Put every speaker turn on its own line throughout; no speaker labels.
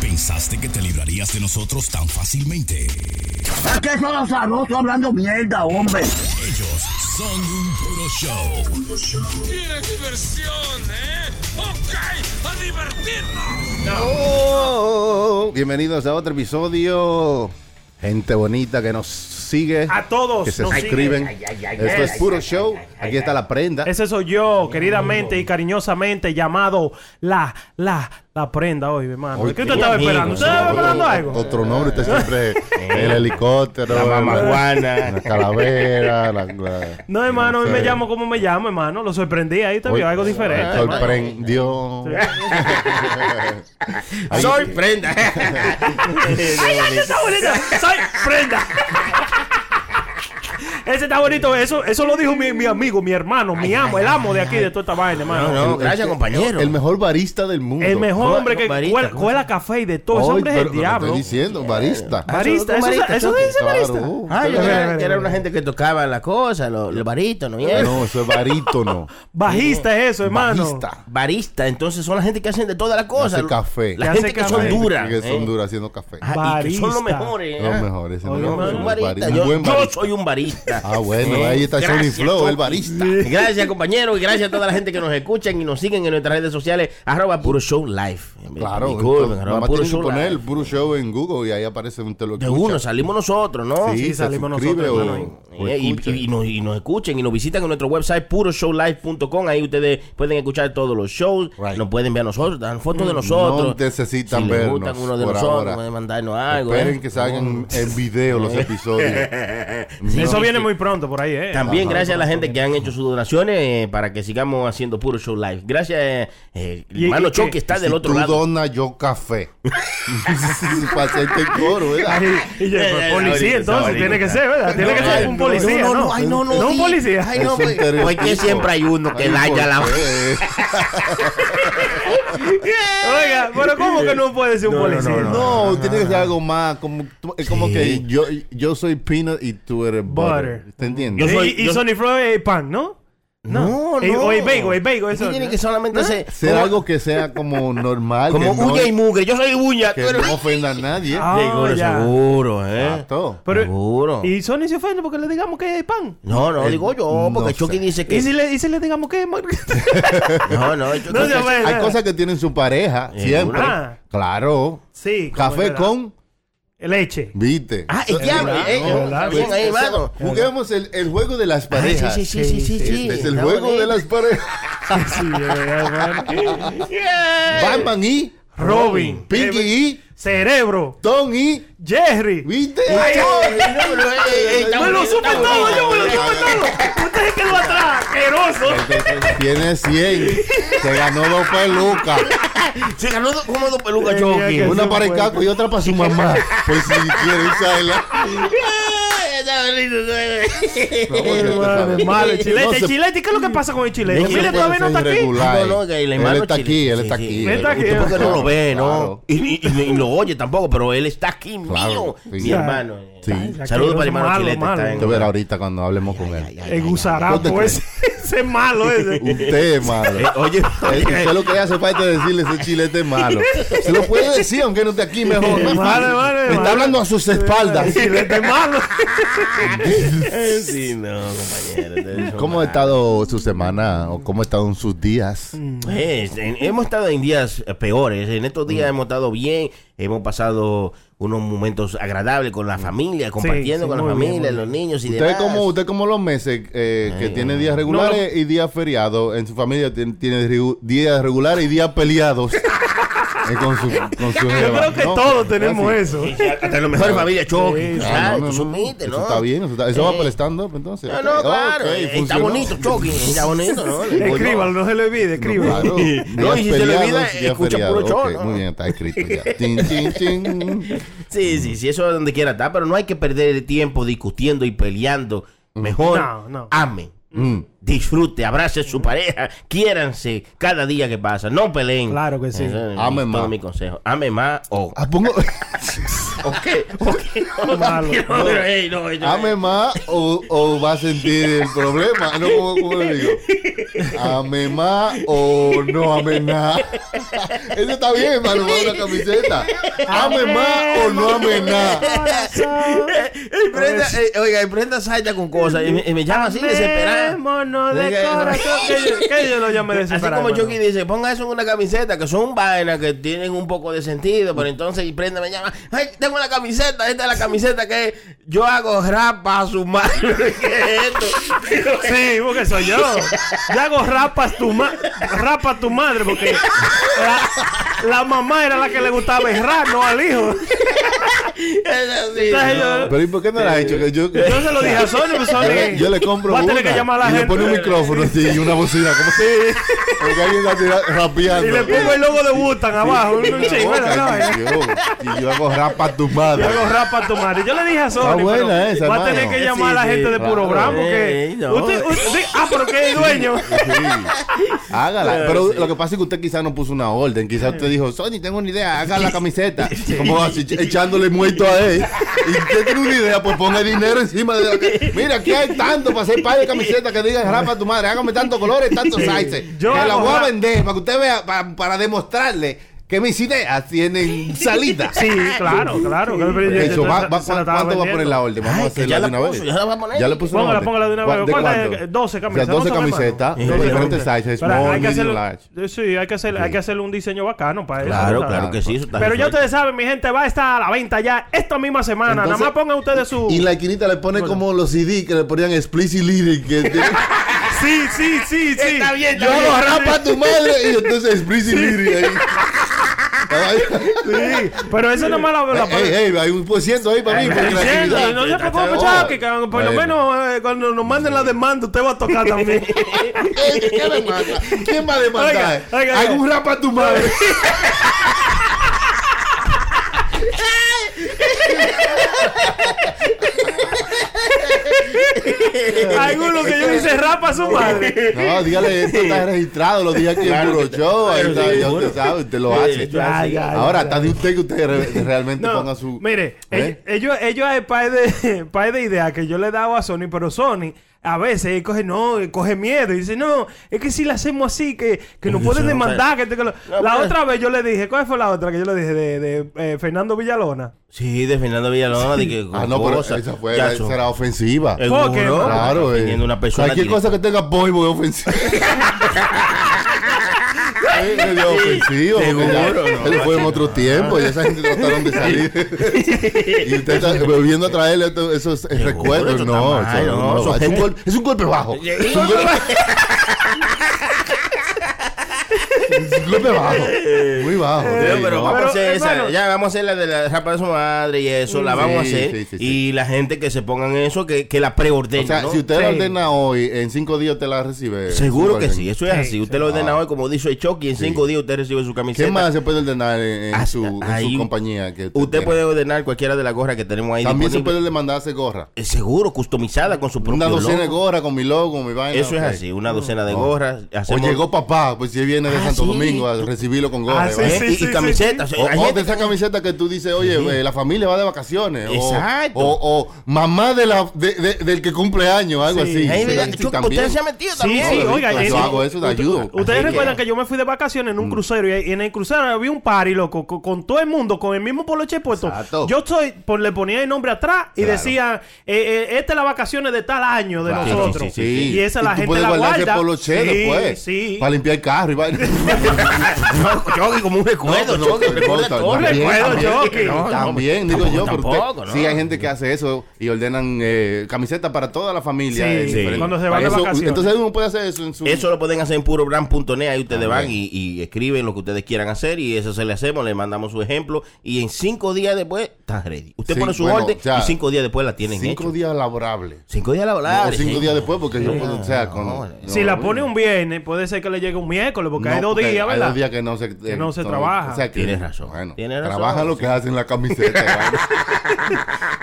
pensaste que te librarías de nosotros tan fácilmente?
Es que son los sabrosos hablando mierda, hombre.
Ellos son un puro show.
¡Qué diversión, eh! ¡Ok! ¡A divertirnos!
Oh, bienvenidos a otro episodio. Gente bonita que nos sigue.
A todos
Que se
nos
suscriben.
sigue. Ay, ay, ay,
Esto
ay,
es
ay,
puro
ay,
show.
ay, ay,
Aquí está la prenda.
Ese soy yo, queridamente y cariñosamente llamado la, la, la prenda hoy, mi hermano.
Hoy
¿Qué usted
sí,
estaba
amigo.
esperando? ¿Usted estaba esperando algo?
Otro nombre, usted siempre el helicóptero,
La mamajuana.
la calavera, la, la-
No, hermano, hoy
sé.
me llamo como me llamo, hermano. Lo sorprendí ahí, te vio algo diferente. hermano.
Sorprendió. Ay,
Soy prenda.
¡Ay, ay, esa bonita! ¡Soy prenda! Ese está bonito, eso, eso lo dijo mi, mi amigo, mi hermano, mi amo, el amo de aquí, de toda esta vaina, hermano.
No, no, gracias, compañero.
El mejor barista del mundo.
El mejor hombre que
barista,
cuela,
¿cómo
cuela café y de todo, ese
Ay,
hombre es
pero
el
lo que
diablo.
Estoy diciendo, barista.
Barista,
Eso-
eso,
barista,
eso
choque.
dice barista.
Claro.
Ah,
Espera,
yo creía
espera,
que era
espera.
una gente que tocaba las cosas, los, los baritos, ¿no? Y eso.
No, eso es barítono.
Bajista es eso, hermano.
Barista.
Barista, entonces son la gente que hacen de todas las cosas.
Hace café.
La
Que
gente
hace
que
café.
son duras.
Que son
¿eh?
duras haciendo café.
Ajá, Ah, y que son los
Barista.
mejores.
Los
¿eh?
mejores.
Oye,
no,
hermano,
un
Un barista.
bari- un
Yo,
buen
yo
barista.
soy un barista.
Ah, bueno,
¿Eh?
ahí está Sony
Gracias,
Flow, el
compa.
barista.
Gracias, compañero, y gracias a toda la gente que nos escuchan y nos siguen en nuestras redes sociales. Arroba Puro Show Live.
Claro,
Disculpen,
entonces,
arroba
nada más
Puro
tienen que
Show
poner el
Live.
puro show en Google y ahí aparece un te lo
De
escucha.
uno, salimos nosotros, ¿no?
Sí,
Sí,
salimos
salimos
nosotros,
nosotros,
o, o
Eh, y,
escucha.
y- y nos, y nos escuchen y nos visitan en nuestro website puroshowlive.com. Ahí ustedes pueden escuchar todos los shows.
Right.
Nos pueden ver a nosotros, dan fotos de nosotros.
No necesitan
si les
vernos
gustan uno de
por
nosotros,
ahora.
pueden mandarnos algo.
Esperen
¿eh?
que salgan en video los episodios.
Sí,
Eso
sí,
viene
sí.
muy pronto por ahí, eh.
También
Ajá.
gracias a la gente que han hecho sus donaciones eh, para que sigamos haciendo Puro Show Live. Gracias, eh, eh,
Y-
hermano
y que-
Choque está del
Si
otro
tú
lado.
donas yo café. Para hacerte el coro, ¿verdad?
Y yo,
Eh,
pues,
eh,
policía,
ahorita,
entonces
ahorita.
tiene que ser, ¿verdad? Tiene que
No,
ser
eh,
un policía. No,
ay, no, no,
un
di-
policía.
Ay, no,
Es un
pues,
estereotipo.
porque siempre hay uno que daña la.
Eh,
Oiga, pero ¿cómo que no puede ser un policía?
No, tiene que ser algo más. Como, es como que yo, yo soy peanut y tú eres butter.
Butter.
¿Te entiendes?
Yo
Y-
soy-
y Sonny Floyd es pan, ¿no?
No,
Eh,
no.
O el bagel, el bagel, eso.
Tú tienes que solamente ser
Ser algo que sea como normal.
como
que no-
uña y mugre. Yo soy uña. tú
Que
eres-
no ofenda a nadie.
Ah,
Seguro,
ya.
seguro, eh.
Exacto.
Ah. Pero-
seguro.
Y Sonny se ofende porque le digamos que es pan.
No, no,
Eh,
digo yo, porque
no
Chucky
sé.
dice
¿Y
que.
si le, y si le digamos que es mar-
No, no, yo
No
creo
se
que-
ofende.
Hay cosas que tienen su pareja
Eh,
siempre.
ah.
Claro.
Sí. como es
Café
verdad.
con
Leche.
viste.
Ah, es ya, eh,
no,
eh,
¿verdad?
bien ahí,
O sea,
mano.
Juguemos el, el juego de las
Ay,
parejas.
sí, sí, sí, sí, sí, sí.
Este es el
Está
juego
bonito.
de las parejas.
Sí, es verdad, hermano.
Batman y
Robin. Eh,
Pinky y
Cerebro.
Tom y
Jerry.
¿Viste?
pero, eh, eh, está
Me lo
bonito,
supe
está
todo,
bonito.
yo me lo supe todo. Usted se quedó atrás, asqueroso.
Tiene 100. Se ganó dos pelucas.
Se ganó do- como dos pelucas,
Tenía
Chucky.
que-
Una
no
para el
puede
caco y otra para su mamá. Pues si quiere usarla.
Eh, está bonito, eh.
No, porque tú
Hermano,
sabes.
hermano, el chilete,
No se-
el chilete, ¿qué es lo que pasa con el chilete?
no se
Mire,
puede
todavía no
ser
está aquí.
irregular.
No, no, que el hermano
Él está
chile-
aquí, él
sí,
está
sí.
aquí.
Él está aquí.
Usted porque no lo ve,
Claro.
¿no? Y, y- y- y lo oye tampoco, pero él está aquí,
Claro,
mío.
sí.
Mi
Sí.
hermano. eh.
Sí.
Ay, Saludos para el hermano
Malo,
Chilete. está
malo.
en-
Te verás ahorita cuando hablemos con él.
El gusarapo ese, pues. ese malo ese.
Usted, madre.
Eh, Oye,
Eh, Usted lo que hace falta es decirle ese chilete malo. Se lo puede decir, aunque no esté aquí mejor.
Vale, vale,
Me
vale.
está hablando a sus
El
espaldas.
chilete malo.
Eh, Sí, no, compañero. ustedes son
¿Cómo ha
malos.
estado su semana? ¿O cómo ha estado en sus días?
Eh, en- hemos estado en días eh, peores. En estos días
Mm.
hemos estado bien. Hemos pasado unos momentos agradables con la familia, compartiendo
sí,
con la
muy bien,
familia,
muy
los niños y
Mm. Usted
demás.
como, usted como los meses eh, que tiene días regulares y días feriados. En su familia tien- tiene regu- días regulares y días peleados. Eh, con su, con su
Yo creo que todos tenemos eso.
Sí, sí, Hasta los mejores familias, Choque.
sí,
no,
Ah,
no,
tú
no.
sumiste,
Eso
¿no?
está bien, eso, está- eso va
Eh.
para el stand-up entonces.
No, no,
Ok,
claro.
ok,
eh, está
funcionó.
bonito, Choque. Está bonito, ¿no?
Escríbalo, no se le olvide, escríbalo.
Claro.
No, y si se le olvida,
días
escucha
feriados.
puro
Ok,
show, ¿no?
Muy bien, está escrito ya. Chin, chin, chin.
Sí, sí, sí, eso es donde quiera estar, pero no hay que perder el tiempo discutiendo y peleando.
Mm.
Mejor
No, no.
amen, disfrute, abrace a su pareja, quiéranse cada día que pasa, no peleen.
Claro que sí.
Eso es
Amen
todo
más.
mi consejo. Amen más o
Ah, pongo...
¿O qué? ¿O qué?
Malo.
No, pero, ey, no, yo-
Ame más o, o va a sentir el problema. No, ¿cómo, cómo le digo? Ame más o no ame nada. Eso está bien para armar una camiseta. Ame más o no ame nada.
Corazón,
Ey, prenda,
Pues-
ey, oiga, y prenda salta con cosas. Y me, y me llama así desesperada.
amémonos de
Diga,
corazón. Que yo, que yo lo llame
Así
desesperado.
como
hermano.
Chucky dice, ponga eso en una camiseta, que son vainas que tienen un poco de sentido,
Mm.
pero entonces y prenda me llama, ay, tengo la camiseta, esta es la camiseta que yo hago rap para su madre. ¿Qué es esto?
Sí, porque soy yo. Yo hago rapas tu ma rapa tu madre porque la, la mamá era la que le gustaba errar, no al hijo.
Es así.
Entonces
¿no?
yo,
Pero ¿y por qué no la has hecho? Que yo,
yo se lo dije a Sony, pues,
Yo
Sony.
le, yo le compro
voy a
una
tener que llamar a la
y le
gente.
pone un micrófono así, y una bocina como si porque alguien está tira- rapeando.
Y le pongo el logo de Butan abajo. Un
Y
ching,
yo,
¿verdad? No, eh.
y yo hago rapa a tu madre.
Yo hago rapa tu madre. Yo le dije a Sony,
Está buena
pero
esa,
voy a tener
hermano.
que llamar a la
Sí, sí,
gente de Puro
claro.
Bravo porque
Ey, no.
usted- usted- ah, pero que es dueño.
Sí. Hágala. Pero lo que pasa es que usted quizás no puso una orden. Quizás usted dijo, Sony, tengo una idea, haga la camiseta. Como así, ch- echándole muerto a él. Y usted tiene una idea, pues ponga dinero encima de lo que. Mira, aquí hay tanto para hacer par de camisetas que digan rapa a tu madre. Hágame tantos colores, tantos sizes.
Yo
Yo la
hago
voy a
ra-
vender para que usted vea, pa- para demostrarle que mis ideas tienen salida.
Sí, claro, claro.
Eso, va- va-
Se la estaba
¿Cuánto va a poner
vendiendo.
la orden? Vamos
Ay,
a
que ya
hacerla de
la
una
puso,
vez.
ya la va a poner.
Ya le puso
Póngala,
orden.
póngala de una
¿Cuá-
vez. ¿Cuántas? Eh, 12 camisetas,
O sea, 12
no sabe,
camisetas,
hermano.
12
12
diferentes sizes, small,
Pero hay que
medium,
hacerlo-
large.
eh, Sí, hay que hacer, hay que hacerle un diseño bacano para eso.
Claro,
¿sabes?
claro que sí. eso está
Pero ya
resuelto.
ustedes saben, mi gente, va a estar a la venta ya esta misma semana.
Entonces-
Nada más pongan ustedes su.
Y en la esquinita le pone como los CD que le ponían explicit lyric. Que
Sí, sí, sí, sí.
Está bien, está
yo
bien.
hago rapa a Ah, tu madre y entonces explicit lyric ahí.
Sí, Pero eso nada más la. la
Ey, ey, hay un por ciento ahí para mí. por
Diciendo,
creatividad.
no se preocupe,
bueno.
Chucky, que por lo
Bueno.
menos eh, cuando nos manden la demanda, usted va a tocar también.
Ey, ¿qué demanda? ¿Quién va a demandar?
Oiga, oiga,
Hay
oiga.
un rapa a tu madre.
Alguno que yo hice rapa a su madre.
No, dígale, esto está registrado, lo dije aquí en Puro Show. Ahí está, ya usted sabe, usted lo hace.
Ya, ya,
Ahora, está de usted que usted re- realmente
No,
ponga su...
Mire,
¿Eh?
ell- ellos, ellos hay par de, par de ideas que yo le he dado a Sony, pero Sony a veces él coge, no, él coge miedo y dice, no, es que si la hacemos así, que, que nos
Eso
pueden
no
demandar. Que te- que lo-". La
pues.
otra vez yo le dije, ¿cuál fue la otra que yo le dije? De, de, eh, Fernando Villalona.
Sí, de Fernando Villalona. de que-
Ah, no, pero
cosa.
esa fue,
Ya,
esa
son-
era ofensiva.
Eh,
¿Por qué,
¿no?
no?
Claro, eh.
Teniendo una persona
Cualquier
directa.
cosa que tenga polvo es ofensiva. Es medio ofensivo, porque ya
Seguro, no. Ah.
él fue en otro tiempo y esa gente trataron de salir. y usted está volviendo a traerle esto- esos recuerdos.
eso está
No,
mal,
eso
no,
no,
eso
es, un
gente-
golpe, es un golpe bajo. Es un golpe bajo. Es un golpe bajo. Muy bajo.
Pero,
sí,
Eh. pero
no.
vamos a hacer
Pero,
esa,
hermano.
ya vamos a hacer la de la rapa de su madre y eso, la vamos
Sí,
a hacer.
sí, sí, sí.
Y la gente que se pongan eso, que, que la preordene.
O sea,
¿no?
si usted
Sí.
la ordena hoy, en cinco días te la recibe.
Seguro que sí, eso es
Sí,
así. Usted
sí.
lo ordena hoy, como dice el Chucky, en cinco días usted recibe su
¿Qué
camiseta.
más se puede ordenar en, en
Hasta
su, en su
ahí-
compañía? Que
Usted
tenga?
puede ordenar cualquiera de las gorras que tenemos ahí.
También se
disponibles.
puede demandarse gorra.
Eh, Seguro, customizada con su propio
Una docena de
logo.
gorras con mi logo, con mi vaina.
Eso es
ok.
así, una docena de
Oh.
gorras. hacemos-
O llegó papá, pues si viene de
Ah,
Santo
sí.
Domingo a recibirlo con gorra.
Ah, sí,
¿verdad?
¿eh?
sí,
y, y
sí, sí.
camisetas.
O,
Hay
o
gente-
de esa camiseta que tú dices, oye, eh, la familia va de vacaciones. o-
Exacto.
O, o mamá de la, de- de- del que cumple años, algo
Sí.
así.
hay-
Sí,
Chucky,
sí, también.
usted se ha metido
Sí,
también.
sí, oiga,
Yo
en-
hago eso, te ayudo. Mm.
Ustedes
Así que-
recuerdan que... yo me fui de vacaciones en un crucero y, y en el crucero había un party, loco, co- con, todo el mundo, con el mismo poloche puesto.
Exacto.
Yo soy, pues, le ponía el nombre atrás y
Claro.
decía, eh, eh, esta es la vacaciones de tal año de
Claro,
nosotros.
sí, sí, sí.
Y esa la
tú
gente
puedes
la
guardar ese
guarda.
poloche
sí,
después.
sí.
pues, Para limpiar el carro y vaina.
Chucky, como un recuerdo.
No,
Chucky,
no,
recuerda
no,
todo.
también,
recuerdo,
también,
Chucky.
no, También, digo yo, pero usted-
tampoco, ¿no?
sí hay gente que hace eso y ordenan eh, camisetas para toda la familia.
Sí,
eh,
sí.
diferente.
Cuando se van de
Eso-
vacaciones.
Entonces uno puede hacer eso en su...
Eso lo pueden hacer en purobrand.net. Ahí ustedes
También.
van y, y escriben lo que ustedes quieran hacer. Y eso se le hacemos, le mandamos su ejemplo. Y en cinco días después, está ready. Usted
Sí,
pone su
bueno,
orden
o sea,
y cinco días después la tienen
cinco
hecho.
días laborables.
Cinco días
No,
laborables.
cinco
sí.
días después, porque yo
Sí.
puedo, o sea, con-
No,
no,
Si la
no,
pone un viernes, puede ser que le llegue un miércoles, porque
no,
hay dos
porque
días,
Hay
¿verdad?
dos días que no se, eh,
no se trabaja.
Tienes razón.
Bueno,
Tienes razón.
trabaja lo que hacen la camiseta. ¿verdad?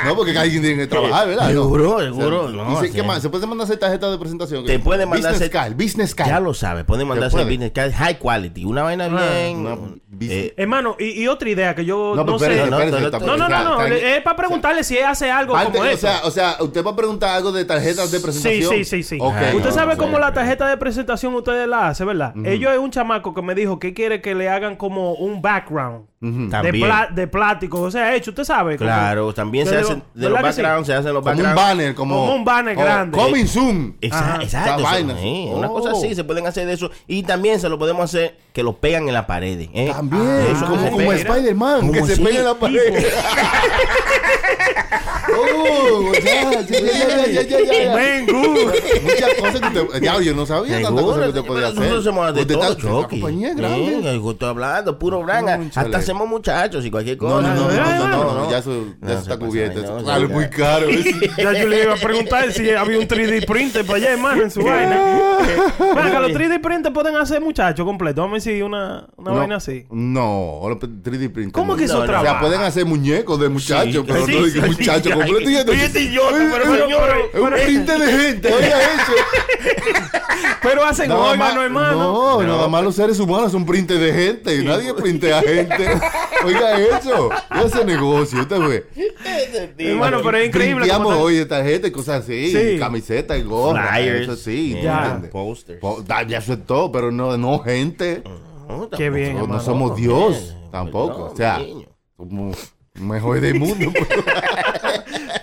no, porque alguien tiene que trabajar, ¿verdad? No.
Seguro, seguro. no,
Dice,
o
¿qué
sea,
más? ¿Se puede mandar hacer tarjeta de presentación?
Te puede mandarse-
Business card, business card.
Ya lo sabe. Pueden mandarse
puede. Ah,
business card high quality. Una vaina bien. eh,
Una- Bici.
Hermano, y, y otra idea que yo
no,
no,
pero
sé.
espérese,
no,
espérese,
no,
está-
No, no,
está-
no, no.
está-
le- Es para preguntarle si él hace algo
Antes, o,
como eso.
sea, o sea, usted va a preguntar algo de tarjetas de
Sí,
presentación.
sí, sí, sí.
Ok.
usted
Ah,
sabe
ok.
cómo la tarjeta de presentación ustedes la hacen, ¿verdad? Ellos es un chamaco que me dijo que quiere que le hagan como un background
mm.
de,
También.
pla- de plástico. O sea, hecho, usted sabe. como-
Claro, también se
Pero,
hacen de los
¿verdad que sí?
backgrounds, se hacen los
Como un
backgrounds.
banner, como,
Como un banner
oh,
grande.
Coming soon.
Exa-
Ajá.
Exacto.
Esa
eso,
vaina.
eh, Una
Oh.
cosa así, se pueden hacer de eso. Y también se lo podemos hacer que lo pegan en la pared. ¿eh?
También,
Eso que
como,
se
como
pega.
Spider-Man, que
Como
se
sí.
pega en la pared. oh, ya, ya, ya, ya, ya, ya, ya.
Men, good.
Muchas cosas que usted. Ya, yo no sabía tantas cosas que usted
Pero
podía hacer.
Nosotros somos de
Usted
todo,
está- la
Chucky.
compañía es
Sí,
grande.
yo estoy hablando, puro branga.
Cónchale.
Hasta hacemos muchachos y cualquier
No,
cosa.
no, no, no,
Ay,
no, no,
bueno.
no, ya eso, ya
No,
eso
se
está
pasa,
cubierto.
no,
Eso
se
sale
pasa.
muy caro. ¿ves?
Ya yo le iba a preguntar si había un 3D printer para allá, hermano, en su vaina. Venga, los 3D printers pueden hacer muchachos completos. Vamos a decir una, una
No,
vaina así.
No, ahora 3D printer.
¿Cómo
no.
que eso
No, no, O sea,
trabaja?
pueden hacer muñecos de muchachos, pero
sí,
no de
sí, sí,
muchachos completos. Y entonces-
Oye, idiota, pero
Es un-
señores,
Es un
pero-
printer de gente, oiga eso.
Pero hacen
Nada más-
órgano, hermano.
No, nada más los seres humanos son printer de gente. y Nadie printea gente. Oiga eso. Oiga ese negocio, usted fue.
Hermano, pero es increíble.
Printeamos
cómo está-
hoy tarjetas y cosas así.
Sí.
Camisetas y gorras.
Flyers.
Eso sí. ¿tú
Ya.
entiendes?
Posters.
Po- da- Ya eso es todo, pero no, no gente.
No,
Qué bien,
No, no
hermano.
somos Dios tampoco.
perdón,
o sea,
niño.
somos mejor del mundo. pues.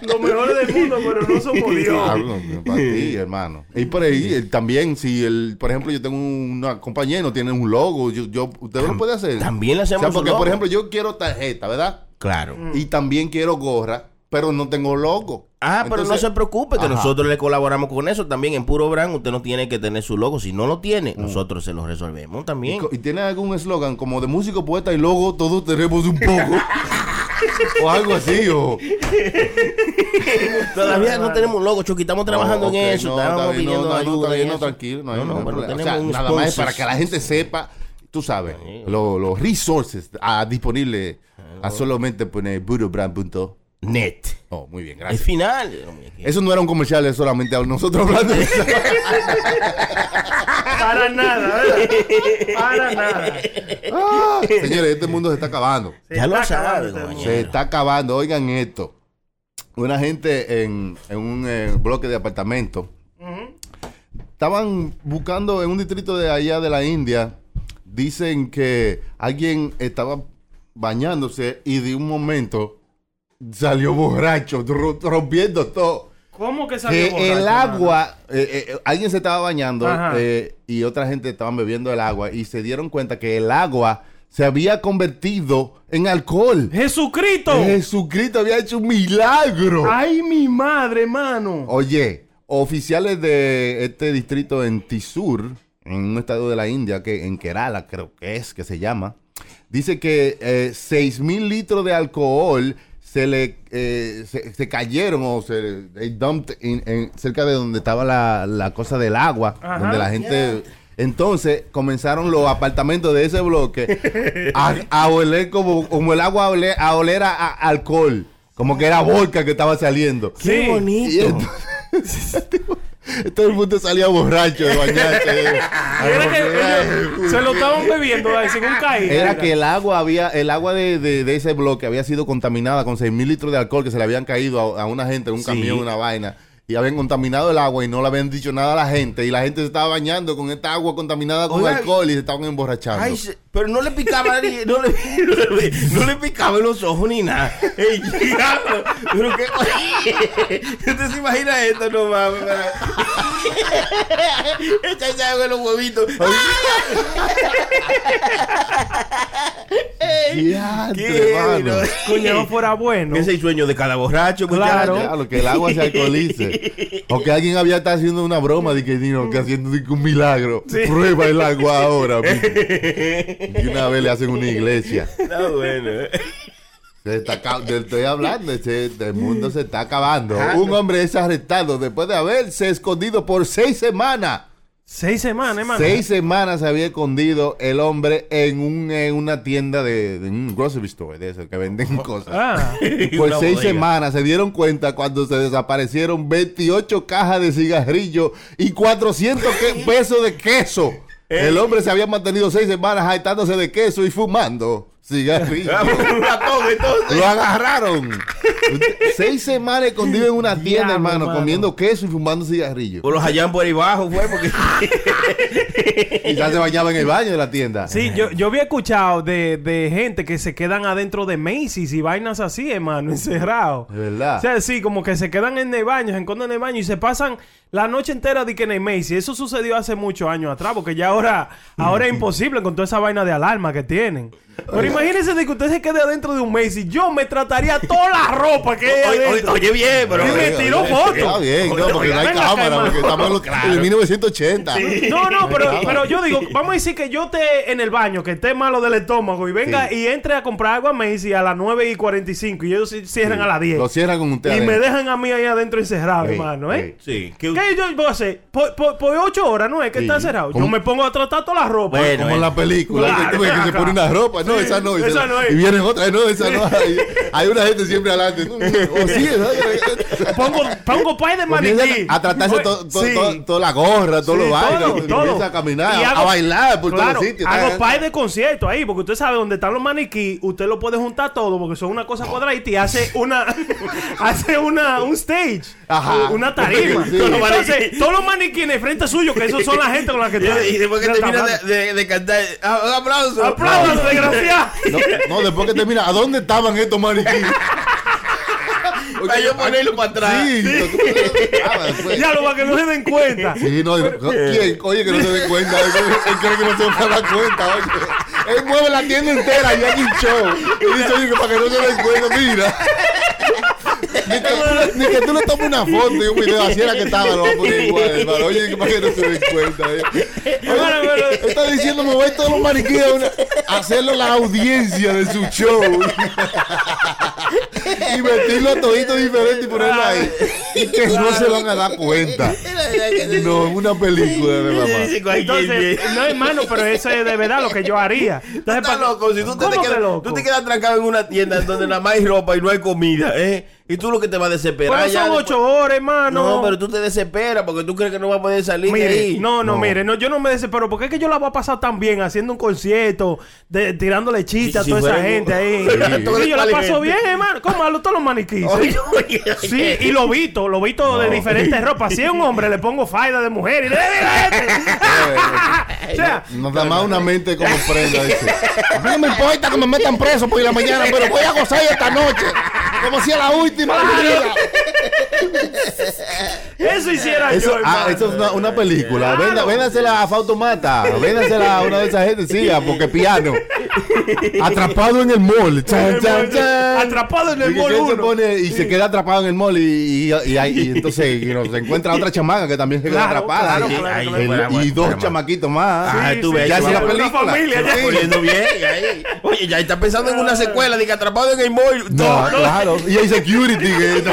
Los mejores del mundo, pero no somos Dios.
Hablo ah, para ti, hermano. Y por ahí eh, también, si el, por ejemplo, yo tengo una compañía y no tiene un logo, yo, yo- usted lo puede hacer.
también le
O sea,
hacemos un
porque,
logo.
por ejemplo, yo quiero tarjeta, ¿verdad?
Claro.
Y también quiero gorra, pero no tengo logo.
Ah, pero no
Entonces-
se preocupe que
Ajá.
nosotros le colaboramos con eso también. En Puro Brand usted no tiene que tener su logo. Si no lo tiene, nosotros se lo resolvemos
Mm. Y
también.
co- Y tiene algún eslogan como de músico, poeta y logo, todos tenemos un poco. o algo así, o.
Todavía no tenemos un logo, Chucky. Estamos trabajando
Oh, ok,
en eso.
no,
estábamos
está bien,
pidiendo
no, no,
ayuda
No, está
en
bien, no,
eso.
tranquilo, no hay
No, no,
ningún
pero
problema. O
tenemos
sea,
un
nada más es
sponsor.
para que la gente sepa, tú sabes, lo- los resources ah, disponibles a solamente poner burobrand.com.
Net.
Oh, muy bien,
El
gracias.
final.
Eso no era un comercial, es solamente a nosotros hablando.
Para nada, ¿verdad? Para nada.
Ah, señores, este mundo se está acabando.
Se
ya
está
lo
acabando
sabe,
este mundo.
Se está acabando. Oigan esto. Una gente en, en un eh, bloque de apartamento estaban buscando en un distrito de allá de la India. Dicen que alguien estaba bañándose y de un momento salió borracho, ro- rompiendo todo.
¿Cómo que
Que
salió
el
borracho,
agua, eh, eh, alguien se estaba bañando
Ajá.
eh, y otra gente estaban bebiendo el agua y se dieron cuenta que el agua se había convertido en alcohol.
hermano? ¡Jesucristo!
Jesucristo había hecho un milagro.
¡Ay, mi madre, hermano!
Oye, oficiales de este distrito en Tisur, en un estado de la India, que en Kerala creo que es que se llama, dice que eh, 6 mil litros de alcohol se le eh, se, se cayeron o se they dumped in- en- cerca de donde estaba la, la cosa del agua,
Ajá.
donde la gente... Entonces comenzaron los apartamentos de ese bloque a, a oler como, como el agua a oler a, oler a- a alcohol, como que era vodka que estaba saliendo.
Sí.
Y entonces- todo el mundo salía borracho de bañarse.
Era que ellos se lo estaban bebiendo ¿verdad? sin un caído.
Era que el agua había, el agua de, de- de ese bloque había sido contaminada con 6 mil litros de alcohol que se le habían caído a, a una gente, un camión, una vaina. Y habían contaminado el agua y no le habían dicho nada a la gente. Y la gente se estaba bañando con esta agua contaminada con
Oiga,
alcohol y se estaban emborrachando.
Ay, se- pero no le picaba ni- no, le, no, le, no le picaba en los ojos ni nada. Ey, diablo. pero qué ¿Usted se imagina esto? No mames. pero- Echa esa agua en los huevitos.
Diantre,
qué
mano.
bueno.
Coño, fuera bueno.
Ese es el sueño de cada borracho,
pues
Claro.
muchacho.
Claro, que el agua se alcoholice. o que alguien había estado haciendo una broma de que, no, que haciendo de que un milagro. Prueba el agua ahora. mijo. y una vez le hacen una iglesia.
Está
eh.
bueno.
Se está aca- te estoy hablando, este, el mundo se está acabando.
Ah.
Un hombre es arrestado después de haberse escondido por seis semanas.
Seis semanas, hermano.
Seis semanas se había escondido el hombre en, un, en una tienda de, de un grocery store, de esos que venden cosas.
Ah.
Y por
Una
seis
bodega.
semanas se dieron cuenta cuando se desaparecieron 28 cajas de cigarrillos y 400 que- pesos de queso.
¿Eh?
El hombre se había mantenido seis semanas jaitándose de queso y fumando cigarrillos.
Un ratón, entonces.
Lo agarraron. seis semanas escondido en una tienda,
Diablo,
hermano,
hermano.
comiendo queso y fumando cigarrillos.
O los hallan por ahí bajo, fue, porque.
Quizás se bañaba en el baño de la tienda.
Sí, yo, yo había escuchado de, de gente que se quedan adentro de Macy's y vainas así, hermano, encerrados.
De verdad.
O sea, sí, como que se quedan en el baño, se esconden en el baño y se pasan la noche entera de que en el Macy's. Eso sucedió hace muchos años atrás, porque ya ahora, ahora es imposible con toda esa vaina de alarma que tienen. Pero imagínense de que usted se quede adentro de un Macy's. Yo me trataría toda la ropa que hay
Oye, oye,
adentro.
oye, bien, pero.
Y me tiró foto.
Está bien, no,
Oye,
porque no
oye,
hay
ven acá,
cámara,
hermano.
porque estamos en, los- en 1980.
No, no, pero, pero yo digo, vamos a decir que yo esté en el baño, que esté malo del estómago y venga
Sí.
y entre a comprar agua a Macy a las 9 y 45 y ellos ci- cierran a las 10.
Lo cierran con un
y
té
me
adentro.
dejan a mí ahí adentro encerrado,
Sí,
hermano, ¿eh?
Sí.
¿Qué yo voy a hacer? Por, por, 8 horas, ¿no? Es que
Sí.
está cerrado. Yo
¿Cómo?
me pongo a tratar toda la ropa.
Bueno.
Como en la película,
Claro,
que, tú ves que se
acá.
pone una ropa, no, esa no, y, se
esa
la-
no es.
y vienen otras, no, esa no, hay, hay una gente siempre adelante, o sí, esa-
Pongo, pongo pay de maniquí.
Comienzan a tratarse to- to-
Sí.
to- toda la gorra, todos
Sí,
los bailes,
todo, todo.
comienza a caminar,
Y
a-
hago-
a bailar por
claro,
todos los sitios.
Hago
Ah,
par de conciertos ahí, porque usted sabe dónde están los maniquí, usted lo puede juntar todo, porque son una cosa cuadradita y hace una hace una un stage,
Ajá.
una tarima.
Sí.
Todos los Entonces, todos los maniquíes frente suyo, que esos son la gente con la que
Y,
está.
y después que
está
termina
hablando.
de, de- de cantar, ah, un aplauso.
¡Aplausos, desgraciado!
No, no, después que termina, ¿a dónde estaban estos maniquíes?
Para yo ponerlo para atrás.
Sí, ah, después.
Ya lo va que no se den cuenta.
Sí, no, ¿quién? Oye, que no se dé cuenta. Él cree- él cree que no se va a dar cuenta, oye. Él mueve la tienda entera y hay un show. Y dice, oye, que para que no se den cuenta, mira. Ni que, ni que tú le tomes una foto y un video, así era que estaba, lo voy a poner igual, hermano. Oye, que para que no se den cuenta. eh.
Hermano, pero-
Él Está diciendo, me voy a todos los maniquíes a una- a hacerlo la audiencia de su show. y meterlo a todito diferente y ponerlo ahí. Y que no se van a dar cuenta. No, es una película de verdad.
Sí, sí, cualquier-
Entonces, no hermano, pero eso es de verdad lo que yo haría. Entonces,
Estás
pa-
loco, si tú te,
¿Cómo que
quedas,
loco?
tú te quedas trancado en una tienda donde nada más hay ropa y no hay comida, ¿eh? Y tú lo que te vas a desesperar.
Pero
ya
son
después-
ocho horas, hermano.
No, pero tú te desesperas porque tú crees que no vas a poder salir de
Mire,
ahí.
no, no, mire, no, yo no me desespero porque es que yo la voy a pasar tan bien haciendo un concierto, de, tirándole chistes a
Si- si
toda esa
fuera un-
gente ahí.
Todo
Sí, yo la
el
paso
alimento.
bien, hermano. ¿Cómo a los- todos los maniquíes?
Oye, oye, oye.
Sí, y lo vito, lo vito de diferentes ropas. Si es un hombre, le pongo faida de mujer y le mira este. O sea,
Nada más una mente como prenda. dice. A mí no me importa que me metan preso por la mañana, pero voy a gozar esta noche. Como si era la última. de mi vida.
eso hiciera
Eso,
yo,
ah,
hermano.
eso es una, una película. Venga, véndasela a Fautomata. Véndasela a una de esas gente, sí, a porque piano. Atrapado en el mall. Chan, chan, chan.
Atrapado en el
Y que
mall
él se
uno.
pone y se queda atrapado en el mall y, y, y ahí- y entonces y nos encuentra otra chamaca que también se queda
Claro,
atrapada.
claro,
Y-
claro,
y-
claro,
y-
claro,
y
claro,
dos
claro.
chamaquitos más.
Ah, tú
sí,
ves,
ya
tú
sí la
ves.
una
película.
familia, ya.
Está poniendo bien ahí. Oye, ya está pensando en una secuela de que atrapado en el mall.
No,
No, no.
claro. Y hay security que no.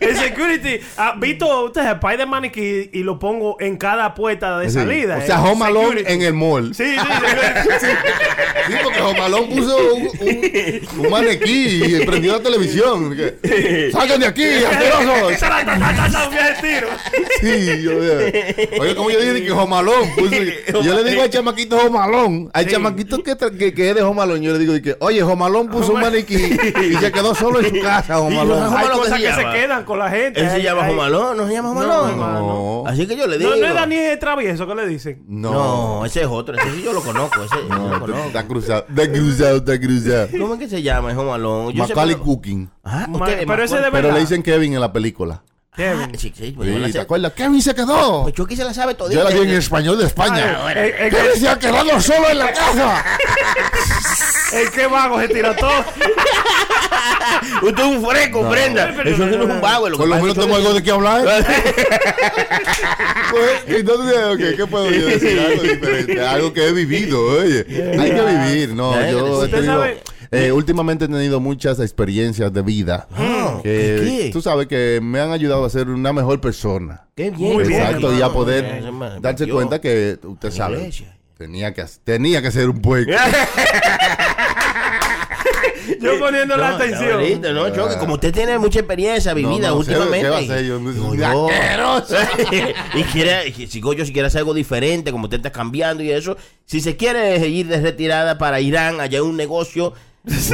El security, ah, Vito, usted es pay de maniquí y lo pongo en cada puerta de
Sí.
salida.
O sea,
eh.
Home Alone
Security.
en el mall.
Sí, sí, security.
Sí, porque Jomalón puso un, un, un maniquí y prendió la televisión. Que, ¡Salgan de aquí, asquerosos!
Ta, ta, ta, ta, ta, un viaje de tiro.
Sí, yo Oye, como yo dije que Jomalón puso. Yo le digo al chamaquito Jomalón. Al chamaquito que, tra- que, que es de Jomalón, yo le digo, y que, oye, Jomalón puso un maniquí y se quedó solo en su casa, Jomalón.
Hay
Malone
cosas
se
que se
llama.
quedan con la gente.
Él se
Hay-
llama
hay-
Jomalón, no se llama
No,
Jomalón.
No.
Así que yo le digo.
No, no es Daniel Travieso que le dicen.
No.
No, ese es otro. Ese sí yo lo conozco. Ese yo lo
No,
conozco.
Está cruzado, está cruzado, está cruzado.
¿Cómo es que se llama el Home Alone? Yo
Macaulay
siempre lo-
Cooking.
Ah,
Ma- pero ese
usted-
de
Macaulay-
Pero
verdad.
le dicen Kevin en la película.
Kevin.
Sí, sí, pues yo la
Sí,
sé.
¿te acuerdas? Kevin se quedó.
Pues Chucky se la sabe todita.
Yo la vi en español de España.
Ah, eh, eh,
¿Qué se ha quedado solo en la casa?
El que vago se tira todo.
Usted es un fresco, prenda.
Pero-
Eso no es un vago. lo que
Por lo
pasa
menos
es que
tengo algo de qué hablar. Pues, Entonces, ok, ¿qué puedo yo decir? Algo diferente, algo que he vivido, oye. Hay que vivir, no,
Ya,
yo he
usted
tenido...
sabe-
eh, últimamente he tenido muchas experiencias de vida que
Ah, ¿qué?
Ah, tú sabes que me han ayudado a ser una mejor persona.
Qué bien.
Muy bien,
Exacto, y a
hermano.
poder
Eso me-
darse
Dios.
cuenta que usted sabe,
iglesia.
tenía que, tenía que ser un buen
Yo poniendo la
No,
atención.
ahorita, no, Choque, como usted tiene mucha experiencia vivida
no, ¿qué-
últimamente.
qué va a hacer yo?
Digo,
No.
"Asqueroso". y quiere, y si yo si quiere hacer algo diferente, como usted está cambiando y eso, si se quiere ir de retirada para Irán, allá hay un negocio,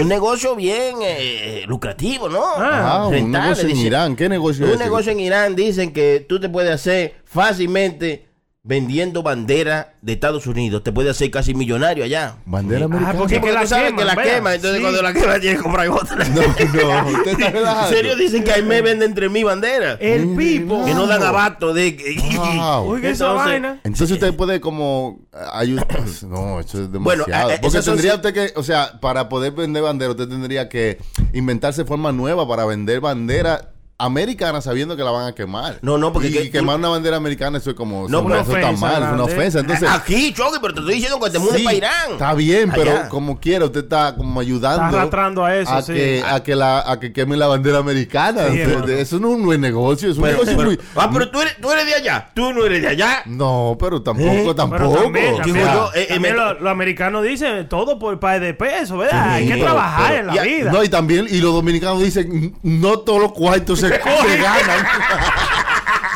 un negocio bien eh, lucrativo, ¿no?
Ah, un
Rentable,
negocio en
dice.
Irán. ¿Qué negocio es?
Un
ese?
negocio en Irán dicen que tú te puedes hacer fácilmente vendiendo bandera de Estados Unidos. Te puedes hacer casi millonario allá.
Bandera
Ah,
americana.
porque
Sí, porque
que la
tú sabes
queman,
que la
vea.
quema, entonces
Sí.
cuando la quema tienes que comprar otra.
No, no, usted está relajado.
En serio dicen que ahí me venden entre mil banderas.
El pipo.
Mm, que no dan abato de.
Wow.
Oiga esa
Entonces-
vaina.
Entonces usted puede como ayudar. No, eso es demasiado.
Bueno, eh, eh,
Porque
esas son
tendría
sí-
usted que, o sea, para poder vender bandera, usted tendría que inventarse forma nueva para vender bandera americana sabiendo que la van a quemar.
No, no, porque
y
que-
quemar una bandera americana eso es como
No,
eso-
una
eso está
ofensa,
mal, es una
grande.
Ah,
ofensa. Entonces
Aquí, Choque, pero te estoy diciendo que este te mudes
sí,
para Irán.
Está bien, pero
Allá.
como quiera, usted está como ayudando.
Está arrastrando a eso, sí.
que, a que la a que quemen la bandera americana.
Sí,
Entonces,
hermano.
eso no es un buen negocio, es un
Pero-
negocio
pero-
muy-
ah, pero tú eres, tú eres de allá. Tú no eres de allá.
No, pero tampoco,
Pero
tampoco.
también,
O
también,
sea,
yo, eh, eh,
también
me-
lo- los americanos dicen todo por par de pesos, ¿verdad?
Sí,
Hay que
pero-
trabajar
pero-
en la
y a-
vida.
No, y también, y los dominicanos dicen, no todos los cuartos se, se ganan.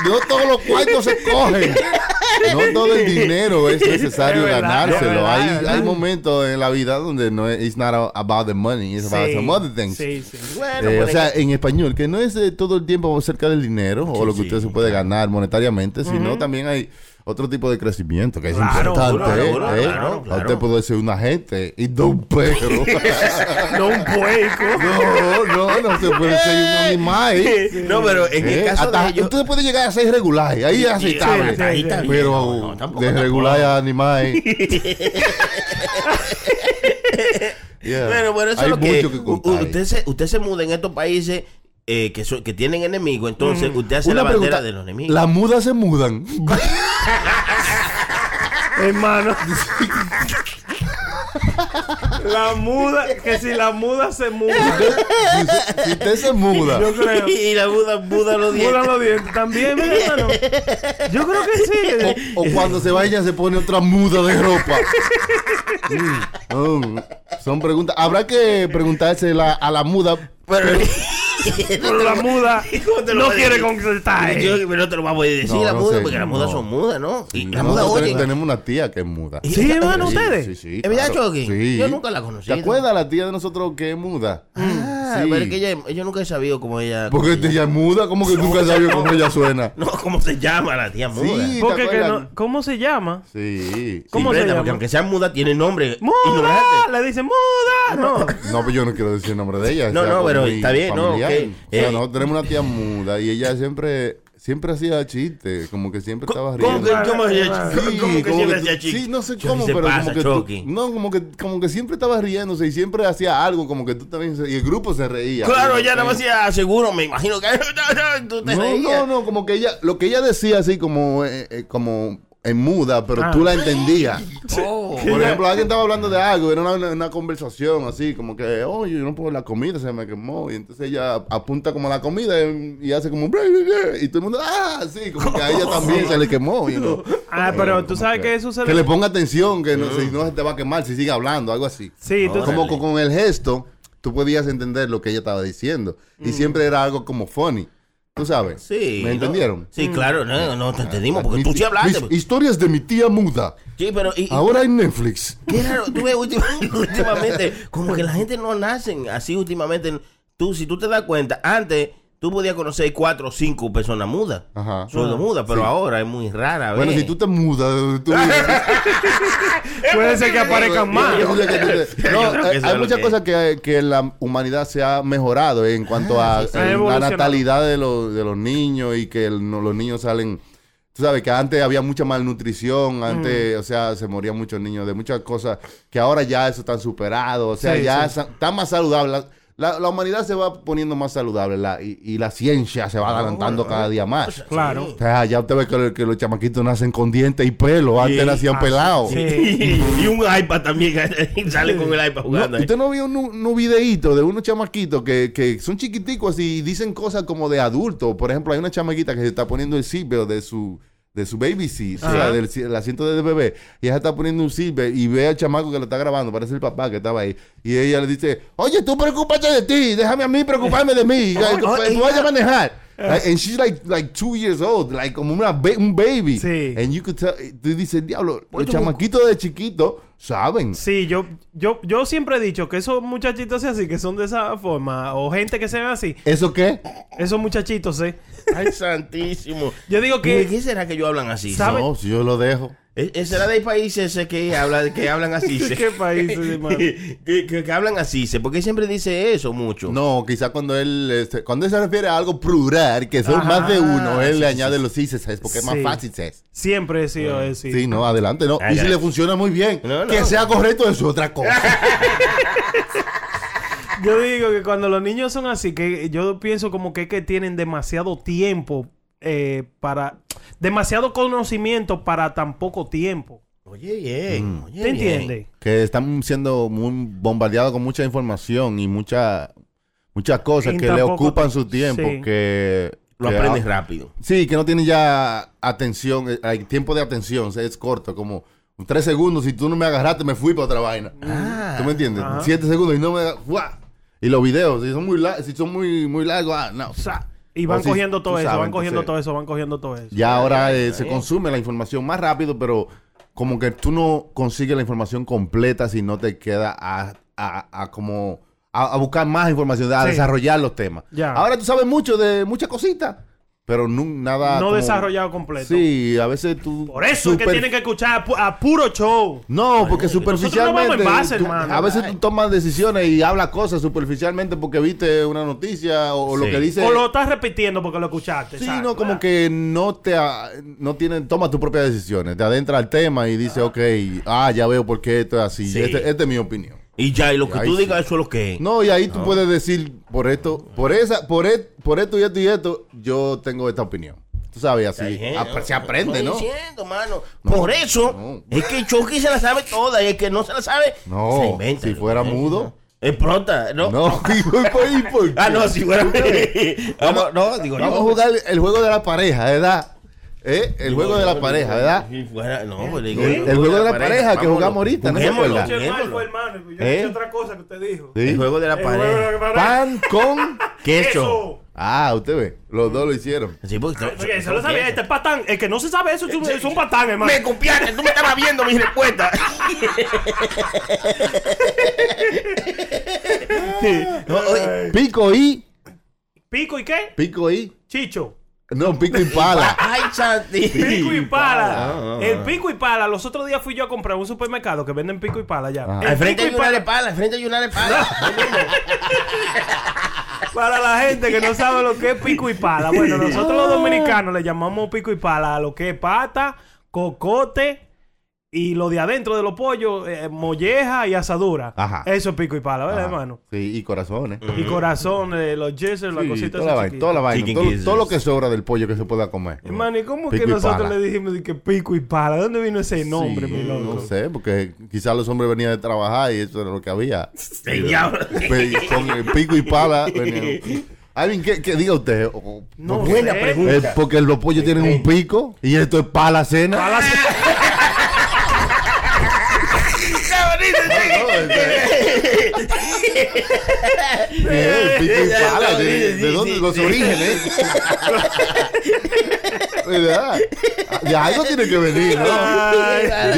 no todos los cuartos se cogen. No todo el dinero es necesario
Es verdad,
ganárselo.
es verdad,
hay,
es verdad.
hay momentos en la vida donde no es it's not a- about the money, it's about
Sí,
some other things.
Sí, sí.
Bueno,
Eh,
pero
o
es
sea,
que-
en español, que no es eh, todo el tiempo acerca del dinero o lo que usted se puede ganar monetariamente, sino también hay otro tipo de crecimiento que es
Claro,
importante.
claro,
¿eh?
claro,
A
claro.
Usted puede ser un agente y no un perro.
No un puerco.
no, no, no se puede ser un animal. ¿eh?
no, pero en el
¿Eh?
caso
Hasta-
de ellos.
Usted puede llegar a ser irregular, ahí es aceptable.
sí, ahí está
bien.
Pero
No, no, tampoco,
de regular a animal. Yeah.
Bueno, pero eso
Hay
es lo que,
mucho que
u-
contar.
usted, se, usted se muda en estos países eh, que, so- que tienen enemigos,
Mm.
entonces usted hace la bandera de los enemigos.
Las mudas se mudan.
Hermano. La muda, que si la muda se muda.
si, si usted se muda.
Yo creo.
y la muda, muda los
Mudan
dientes.
los dientes también, ¿verdad, hermano. Yo creo que sí.
O, o cuando se vaya se pone otra muda de ropa. Mm, mm. Son preguntas. Habrá que preguntarse la- a la muda.
Pero,
Pero la muda
¿Cómo te lo
no
voy a
quiere
decir?
concertar.
yo, pero no te lo vamos a decir,
No,
la
no
muda,
sé,
porque las mudas
no.
son mudas, ¿no? Y la muda,
Nosotros
oye.
ten- tenemos una tía que es muda.
Sí, hermano,
Sí,
ustedes.
Sí, sí.
¿Es verdad,
claro.
Chucky?
Sí.
Yo nunca la conocí.
¿Te acuerdas la tía de nosotros que es muda?
Ah,
Sí.
pero es que ella, yo nunca he sabido cómo ella. cómo
Porque
se
ella es
llama.
muda, como que nunca sabía cómo ella suena.
No, cómo se llama la tía muda.
Sí, ¿te
Porque que
acuerdas?
no, ¿Cómo se llama?
Sí.
¿Cómo
Sí,
se
prenda,
llama?
Porque aunque sea muda, tiene nombre.
¡Muda!
ignorante.
Le dicen muda. No.
Ah, No, pero yo no quiero decir el nombre de ella.
No,
o sea,
no, pero
muy
está bien, no,
familiar.
ok.
O sea,
Eh.
nosotros tenemos una tía muda y ella siempre, siempre hacía chistes, como que siempre estaba riendo.
¿Cómo que, cómo,
Sí,
Sí,
cómo que
como
siempre
tú-
hacía chiste?
Sí, no sé
Chucky
cómo,
se
pero
pasa,
como que tú-
Chucky.
no, como que como que siempre estaba riéndose y siempre hacía algo como que tú también se- y el grupo se reía.
Claro,
Y-
ya nada más hacía seguro, me imagino que tú te
No,
reías.
no, no, como que ella lo que ella decía así como eh, eh, como en muda, pero
Ah.
tú la entendías.
Oh.
Por ejemplo, alguien estaba hablando de algo, era una, una- una conversación así, como que, oye, yo no puedo la comida, se me quemó. Y entonces ella apunta como a la comida y, y hace como, "Bla, bla, bla", y todo el mundo, ah, sí, como que a ella también se le quemó. you know.
Ah,
Eh,
pero tú
como
sabes que eso se
Que le ponga atención, que no, si no se te va a quemar, si sigue hablando, algo así.
Sí, tú
Como con, con el gesto, tú podías entender lo que ella estaba diciendo. Y siempre era algo como funny. ¿Tú sabes?
Mm. Sí.
¿Me
¿no?
entendieron?
Sí, claro, no, no te entendimos, porque
Mi-
tú sí hablaste. pues.
mis historias de mi tía muda.
Sí, pero y, y-
Ahora en Netflix.
qué raro, tú ves últim- últimamente, como que la gente no nacen así últimamente. Tú, si tú te das cuenta, antes tú podías conocer cuatro o cinco personas mudas.
Ajá. Ah,
Solo mudas, pero ahora es muy rara.
Bueno,
¿ves?
si tú te mudas, tú
Puede ser que aparezcan más.
Yo creo que tú te-
Yo
No,
creo que
eh,
eso es
hay
lo
muchas
que-
cosas que, que la humanidad se ha mejorado en cuanto a
Ah, ha
eh, la
evolucionado.
natalidad de los, de los niños y que el- no- los niños salen. Tú sabes que antes había mucha malnutrición, antes,
Mm.
o sea, se morían muchos niños de muchas cosas que ahora ya eso está superado, o sea,
Sí,
ya
sí.
sa- está más saludable. La, la- la humanidad se va poniendo más saludable la- y, y la ciencia se va adelantando cada día más.
Claro.
O sea, ya usted ve que, lo- que los chamaquitos nacen con dientes y pelo, antes nacían pelados.
Ah, Sí.
y un iPad también sale con el
No,
iPad jugando. ahí.
¿Usted no vio un, un videíto de unos chamaquitos que, que son chiquiticos así y dicen cosas como de adultos? Por ejemplo, hay una chamaquita que se está poniendo el sitio de su de su baby seat, o sea, del si- el asiento del bebé, y ella está poniendo un silver y ve al chamaco que lo está grabando, parece el papá que estaba ahí, y ella le dice, oye, tú preocúpate de ti, déjame a mí preocuparme de mí, Ya, tú
oye,
tú vayas a manejar. Like, and she's like, like two years old, like como una ba- un baby.
Sí.
And you could tell, tú dices, diablo, los chamaquitos de chiquito saben.
Sí, yo, yo, yo siempre he dicho que esos muchachitos así, que son de esa forma, o gente que se ve así,
¿Eso qué?
esos muchachitos, ¿eh?
Ay, santísimo.
Yo digo
¿Qué,
que...
¿Qué será que ellos hablan así?
¿Sabe?
No, si yo lo dejo.
¿E- e- ¿Será de países eh, que hablan, que hablan así? se?
¿Qué países, hermano?
que, que- que hablan así, se, porque siempre dice eso mucho.
No, quizá cuando él este, cuando él se refiere a algo plural, que son
Ajá,
más de uno, él
sí,
le
sí,
añade los ises porque es más
Sí.
fácil ses.
Siempre he sido así.
Sí, no, adelante, no.
Ay,
y si
ay.
le funciona muy bien,
No, no.
que sea correcto es otra cosa.
Yo digo que cuando los niños son así, que yo pienso como que, es que tienen demasiado tiempo eh, para... Demasiado conocimiento para tan poco tiempo.
Oye, bien. Oye,
¿Te
bien.
entiendes?
que están siendo muy bombardeados con mucha información y mucha, muchas cosas
Y
que le
tampoco-
ocupan su tiempo,
sí.
que
Lo
que-
aprendes rápido.
Sí, que no tienen ya atención, eh, hay tiempo de atención, o sea, es corto, como tres segundos, si tú no me agarraste, me fui para otra vaina. ¿Tú me entiendes?
Ajá.
Siete segundos y no me... ¡guau! Y los videos, si son muy, la- si son muy, muy largos, ah, no.
Sa- Y van
O si-
cogiendo
Oh, tú
todo eso,
sabes,
van cogiendo
entonces-
todo eso, van cogiendo todo eso.
Ya ahora eh, se consume la información más rápido, pero como que tú no consigues la información completa si no te queda a, a- a como a, a buscar más información, a
Sí.
desarrollar los temas.
Ya.
Ahora tú sabes mucho de muchas cositas, pero nu- nada...
No
como-
desarrollado completo.
Sí, a veces tú...
Por eso es que
super-
tienen que escuchar a, pu- a puro show.
No, porque superficialmente.
nosotros no vamos en base,
tú-
hermano.
a veces tú tomas decisiones y hablas cosas superficialmente porque viste una noticia o, o lo
Sí.
que dice.
O lo estás repitiendo porque lo escuchaste.
Sí,
¿sabes?
no, como que no te. a- No tienen. Toma tus propias decisiones. Te adentra al tema y dice, ok, ah, ya veo por qué esto es así.
Sí.
Este- Esta es mi opinión.
Y ya, y lo que
Ay,
tú
sí.
digas, eso es lo que es.
No, y ahí tú puedes decir, por esto, por esa, por, et- por esto y esto y esto, yo tengo esta opinión. Tú sabes, así.
Ay,
ap-
¿no?
se aprende,
Estoy
¿no?
diciendo, mano.
No,
Por eso
no.
es que Chucky se la sabe toda y el que no se la sabe, se
No,
inventa.
si fuera mudo.
Es pronta, ¿no?
No, ¿y por- y por
Ah,
qué?
no, si fuera Vamos, no, digo,
Vamos a
no, pues.
jugar el juego de la pareja, ¿verdad? ¿Eh? El juego de la
no,
pareja,
no,
¿verdad?
si fuera- no, pues, digo,
El el juego de la pareja que
vámonos.
jugamos ahorita, ¿no se
Juguémoslo.
acuerda?
Che, hermano,
viéndolo.
fue hermano. Yo
¿Eh?
escuché otra cosa que usted dijo.
Sí.
El juego de la
El juego de
pareja.
la pareja.
Pan con...
Queso.
Ah, usted ve, los dos lo hicieron.
Sí, porque
Oye, eso lo sabía, este es patán. El que no se sabe eso es un, es un patán, hermano.
Me copiaste, tú me estabas viendo mis respuestas. No, oye,
Pico y...
¿Pico y qué?
Pico y...
Chicho.
No, pico y pala.
Ay, Chanti.
Pico y
Ah,
pala.
ah,
El pico y pala. Los otros días fui yo a comprar a un supermercado que venden pico y pala ya.
Ah.
El
Al frente hay
pico y
una de
pala
pala, al frente hay una de pala.
para la gente que no sabe lo que es pico y pala. Bueno, nosotros
Ah.
los dominicanos le llamamos pico y pala a lo que es pata, cocote y lo de adentro de los pollos, eh, molleja y asadura.
Ajá.
Eso es pico y pala, ¿verdad,
Ajá.
hermano?
Ah, Sí, y corazones.
Y corazón, eh, los geysers, las
Sí,
cositas
toda la
esas
vaina,
chiquitas.
toda la vaina,
Chicken
todo,
kisses.
todo lo que sobra del pollo que se pueda comer.
Hermano, ¿y cómo
Pico
que
y
nosotros
pala.
le dijimos de que pico y pala? ¿De dónde vino ese nombre,
Sí,
mi loco?
No sé, porque quizás los hombres venían de trabajar y eso era lo que había.
El diablo.
Pe- con el pico y pala. venían. Alvin, ¿qué, qué diga usted? O- o-
No
Buena
sé.
pregunta.
Eh, porque los pollos tienen un pico y esto es para la cena.
Pala se-
No, este- Eh, pico y pala, de, de dónde los orígenes. ¿Verdad? De algo tiene que venir, ¿no?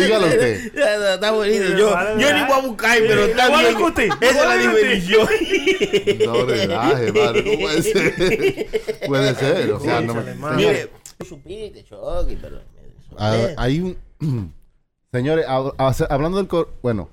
Dígalo usted.
Ya, ya, Está bonito.
Sí,
Yo,
vale,
yo
¿verdad?
ni voy a buscar, pero
Sí,
está
voy a
bien.
discutir,
Esa es la
voy a discutir.
definición.
No relaje, mano. No puede ser. Puede ser. O sea, no me-
Escúchale,
Señores,
Mire, supiste, Chucky, pero.
ah, hay un. Señores, hab- hab- hablando del. cor- Bueno.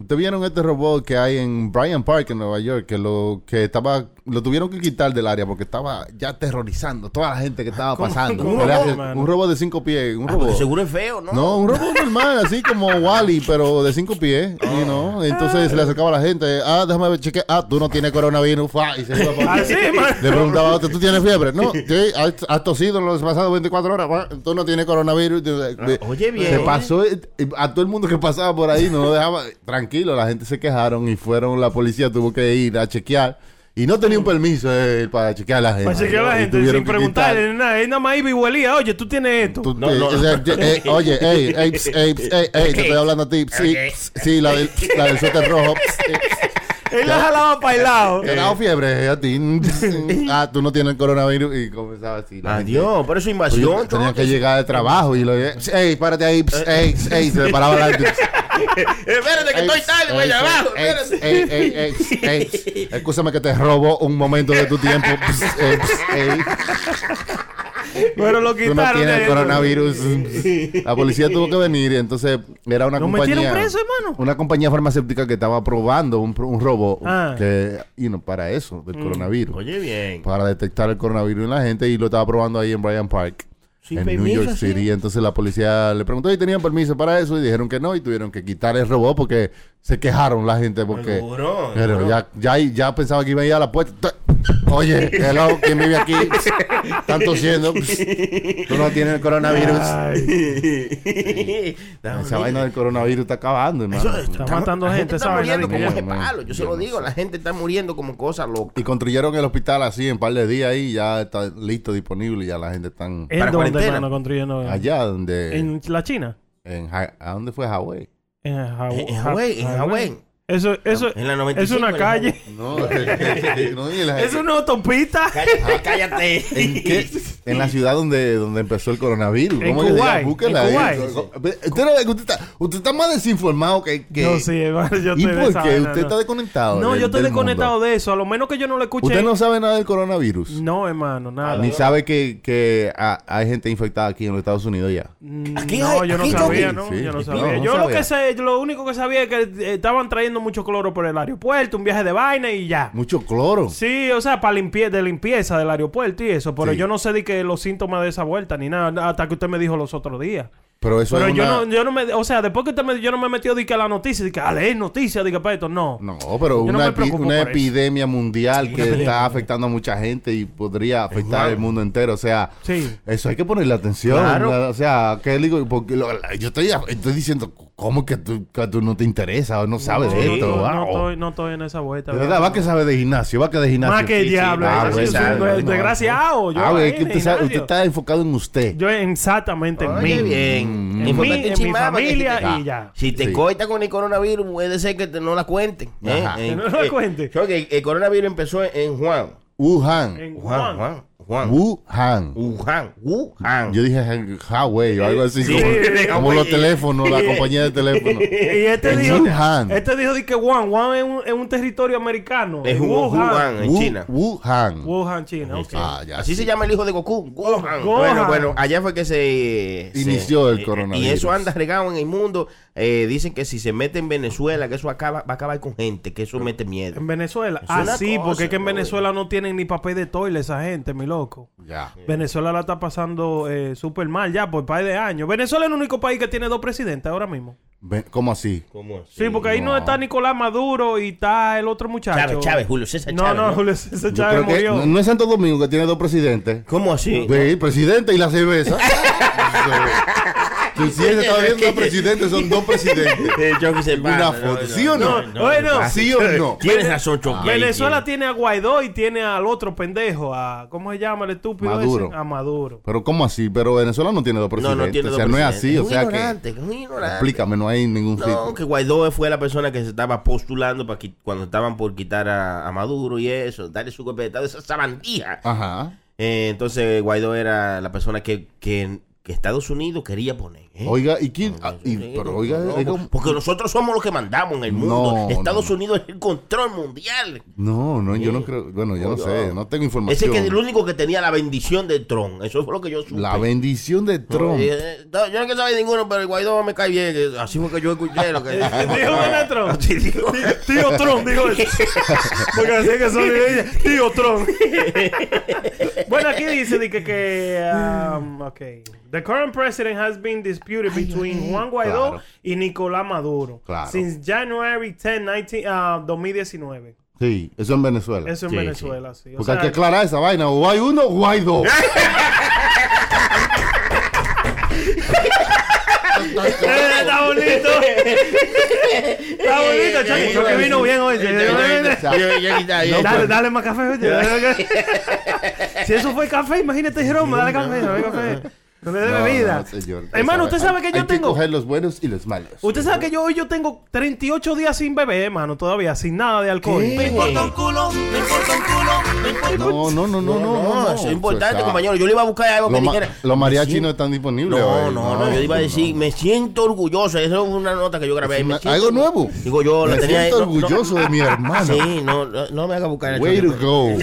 Ustedes vieron este robot que hay en Bryant Park en Nueva York, que lo que estaba lo tuvieron que quitar del área porque estaba ya aterrorizando a toda la gente que estaba pasando.
cómo
Era
robot,
un-
mano?
un robot de cinco pies, un
Porque
robot.
seguro es feo, ¿no?
No, un robot normal, así como Wally, pero de cinco pies.
Ah.
you know. Entonces se le acercaba a la gente. Ah, déjame ver, cheque. Ah, tú no tienes coronavirus. fa, Y se iba para-
Así, Ah, man.
Le preguntaba a otro, ¿tú tienes fiebre? No, sí, has, has tosido en los pasados 24 horas. fa, Tú no tienes coronavirus.
Ah,
De-
oye, bien.
Se pasó eh, a todo el mundo que pasaba por ahí, no lo dejaba tranquilo. La gente se quejaron y fueron, la policía tuvo que ir a chequear. Y no tenía un permiso eh, para chequear a la gente.
Para chequear a la
Y
gente
tuvieron
sin
que
preguntarle
quitar-
nada. Él nada más iba y huelía, oye, tú tienes esto.
Tú- eh, o sea, yo- eh, oye, ey, ey, ps, ey, ps, ey, ey, eh, te estoy hablando a ti. ps, Sí, ps, sí, la del, la del suéter rojo. ps, eh,
Él la jalaba para el lado.
Te ha dado fiebre eh, a ti. ah, tú no tienes coronavirus. Y comenzaba así. la gente.
Adiós, pero eso es
Oye,
invasión.
tenía
choque.
que llegar de trabajo y lo ps, Ey, párate ahí.
Eh.
ps, Ey, ps, ey, se le paraba la gente.
Espérate que
Ey,
estoy tarde,
ey,
güey,
ey,
abajo.
ey,
espérate.
ey, ey, ey, ey, ey. Escúchame que te robo un momento de tu tiempo. ps, ey, ps, ey.
Pero lo
Tú
quitaron.
no
de
tienes
ahí.
coronavirus. La policía tuvo que venir y entonces era una
¿Lo
compañía.
metieron preso, hermano?
Una compañía farmacéutica que estaba probando un, pro- un robo
Ah. Mm.
que, y no, para eso, del coronavirus.
Oye, bien.
Para detectar el coronavirus en la gente y lo estaba probando ahí en Bryant Park.
Sin
en New
permiso,
York
sí.
City. Y entonces la policía le preguntó si tenían permiso para eso y dijeron que no y tuvieron que quitar el robot porque se quejaron la gente porque...
Seguro,
Pero
seguro.
ya, ya, ya pensaba que iba a ir a la puerta. Oye, hello, ¿quién vive aquí? Están tosiendo. Tú no tienes el coronavirus.
Ay,
Estamos-
Esa vaina del coronavirus está acabando, hermano.
está matando
la
gente,
está
¿sabes?
muriendo
Nadie
como
quiere.
que palo. Yo se lo digo, la gente está muriendo como cosa loca.
Y construyeron el hospital así en un par de días ahí, ya está listo, disponible, ya la gente está
¿En
Para
dónde,
cuarentena.
hermano, construyendo?
allá donde en,
¿En la China?
Ja- ¿a dónde fue Hawái?
En Haw-
En Hawái, en
Ja-
Hawái.
Eso, eso
En la
es
95
una
de
calle.
No, no, y la-
Es una autopista.
Cállate, cállate.
¿En qué? En la ciudad donde, donde empezó el coronavirus.
En
¿Cómo que se llama?
Kuwait,
Búsquela
en
ahí.
Kuwait.
Usted, no ve que usted está, usted está más desinformado que... que
No, sí, hermano, yo
¿Y
estoy de
por
esa
qué?
vaina,
usted
no.
está desconectado.
No,
del-
yo estoy
del
desconectado
mundo.
de eso. A lo menos que yo no lo escuché.
Usted no sabe nada del coronavirus.
No, hermano, nada.
Ni sabe que, que ah, hay gente infectada aquí en los Estados Unidos ya.
Mm,
Aquí
no,
hay-
yo no
aquí
sabía,
hay-
¿no?
sí,
yo no
sí,
sabía.
no, no
yo lo
sabía.
que sé, lo único que sabía es que eh, estaban trayendo mucho cloro por el aeropuerto, un viaje de vaina y ya.
Mucho cloro.
Sí, o sea, para limpieza, de limpieza del aeropuerto y eso, pero
Sí.
yo no sé de que los síntomas de esa vuelta ni nada, hasta que usted me dijo los otros días.
Pero eso
Pero
es
yo
una-
no, yo no me, o sea, después que usted me, yo no me metió de que a la noticia, de que a leer noticias, de que para esto, no.
No, pero
Yo
una,
no me
epi-
preocupo
una
por eso.
epidemia mundial que está afectando a mucha gente y podría afectar el mundo entero. O sea,
Sí.
eso hay que ponerle atención.
Claro.
La- O sea, ¿qué digo? Porque lo- la- yo estoy, estoy diciendo, ¿cómo que tú, que tú no te interesa o no sabes
no,
de esto?
no,
wow?
no estoy, no estoy en esa vuelta.
De verdad, va que sabe de gimnasio, va que de gimnasio.
Más que diablo,
ah,
yo soy
bueno,
un
bueno,
de- desgraciado, yo
Ah, bueno, es
ahí,
que usted, sabe-
gimnasio.
usted está enfocado en usted.
Yo exactamente en mí.
Oye, bien.
En mí,
Enfócate
en mi
Chimaba, que
familia
si te-
y ya.
Si te
Sí.
corta con el coronavirus, puede ser que te- no la cuenten. ¿eh?
Ajá.
Eh,
Que no la
eh,
cuenten.
yo que el coronavirus empezó en Juan.
Wuhan.
En
Juan,
Juan.
Juan, Juan.
Wuhan.
Wuhan, Wuhan.
Yo dije Huawei o algo así,
Sí,
como,
sí,
como
Huawei.
los teléfonos, la compañía de teléfonos.
Y este
En
dijo,
Wuhan.
este dijo de que Wuhan, Wuhan es un, es un territorio americano.
Es
En
Wuhan, en
Wu-
China.
Wuhan.
Wuhan, China. ok.
Ah, ya
Así
sí.
se llama el hijo de Goku.
Gohan.
Gohan. Bueno, bueno, allá fue que se... se-
Inició el
eh,
coronavirus.
Y eso anda regado en el mundo. Eh, dicen que si se mete en Venezuela, que eso acaba, va a acabar con gente, que eso mete miedo.
En Venezuela.
una
Ah, sí,
cosa,
porque es que en
bro.
Venezuela no tienen ni papel de toile esa gente, mi loco.
Ya.
Eh.
Venezuela la está pasando eh, súper mal ya por par de años. Venezuela es el único país que tiene dos presidentes ahora mismo.
Ve- ¿Cómo así?
¿Cómo así?
Sí, porque ahí no. está Nicolás Maduro y está el otro muchacho.
Chávez, Chávez, Julio César
No,
Chávez,
no,
¿no?
Julio César
Yo
Chávez
creo que
murió.
no, no es Santo Domingo que tiene dos presidentes.
¿Cómo así?
Ve, el presidente y la cerveza. Si usted está viendo dos presidentes, son dos presidentes.
Eh, yo que se
Una
pasa,
foto, ¿sí o no?
Bueno,
¿Sí o no?
Tienes razón, Choque.
eh. Venezuela tiene a Guaidó y tiene al otro pendejo, a ¿cómo se llama el estúpido
Maduro.
ese? A Maduro.
Pero ¿cómo así? Pero Venezuela no tiene dos
No,
presidentes.
no tiene
o
dos
sea, no es así.
presidentes.
O sea
un
que...
ignorante, un ignorante.
Explícame, no hay ningún
No,
sitio.
que Guaidó fue la persona que se estaba postulando para qui- cuando estaban por quitar a, a Maduro y eso, darle su golpe de estado, esa sabandija.
Ajá.
Eh, entonces Guaidó era la persona que, que- que Estados Unidos quería poner. ¿eh?
Oiga, ¿y quién?
Ah,
ah, y-
sí,
pero
no,
oiga,
no,
oiga-
porque nosotros somos los que mandamos en el mundo.
No,
Estados
no.
Unidos es el control mundial.
No, no, yo no creo. Bueno, yo no
Oiga.
sé, no tengo
Ese
información.
que es el único que tenía la bendición de Tron. Eso fue lo que yo supe.
La bendición de Trump.
Eh, no, yo no quiero saber ninguno, pero el Guaidó me cae bien. que Así fue que yo escuché lo que
Dijo Donald Trump.
Así dijo.
Tío Trump, digo eso. Porque así es que son de ella. Tío Trump. bueno, aquí dice de que, que um, okay. The current president has been disputed between Juan Guaidó
Claro.
y Nicolás Maduro
Claro.
since January 10, 19, ah, 2019.
Sí, eso en Venezuela.
Eso en
Sí,
Venezuela, sí. O
Porque
sea,
hay que aclarar esa vaina. O hay uno o hay dos.
eh, está bonito. Está bonito, Chucky. Chucky vino bien hoy. Dale, dale más café, oye. Dale más café. Si eso fue café, imagínate, Jerome, dale café, dale café. No me dé
No, no,
bebida.
señor, usted
Hermano, usted sabe que
hay-
yo
hay
tengo.
coger los buenos y los malos.
Usted sabe que yo hoy yo tengo 38 días sin beber, hermano, todavía, sin nada de alcohol.
No, no, no, no, no. no,
eso es
o
importante,
sea,
compañero. Yo le iba a buscar algo
Los
que
ma-
dijera.
los mariachis
Sí.
no eh. están disponibles.
No,
hoy,
no, no, yo iba a decir, me siento orgulloso. Eso es una nota que yo grabé. ahí, me
Una-
siento-
algo nuevo.
Digo yo, la
Me
tenía ahí,
siento
no, no.
orgulloso de mi hermano.
Sí, no, no, no me haga buscar el
Way to
choque.
go.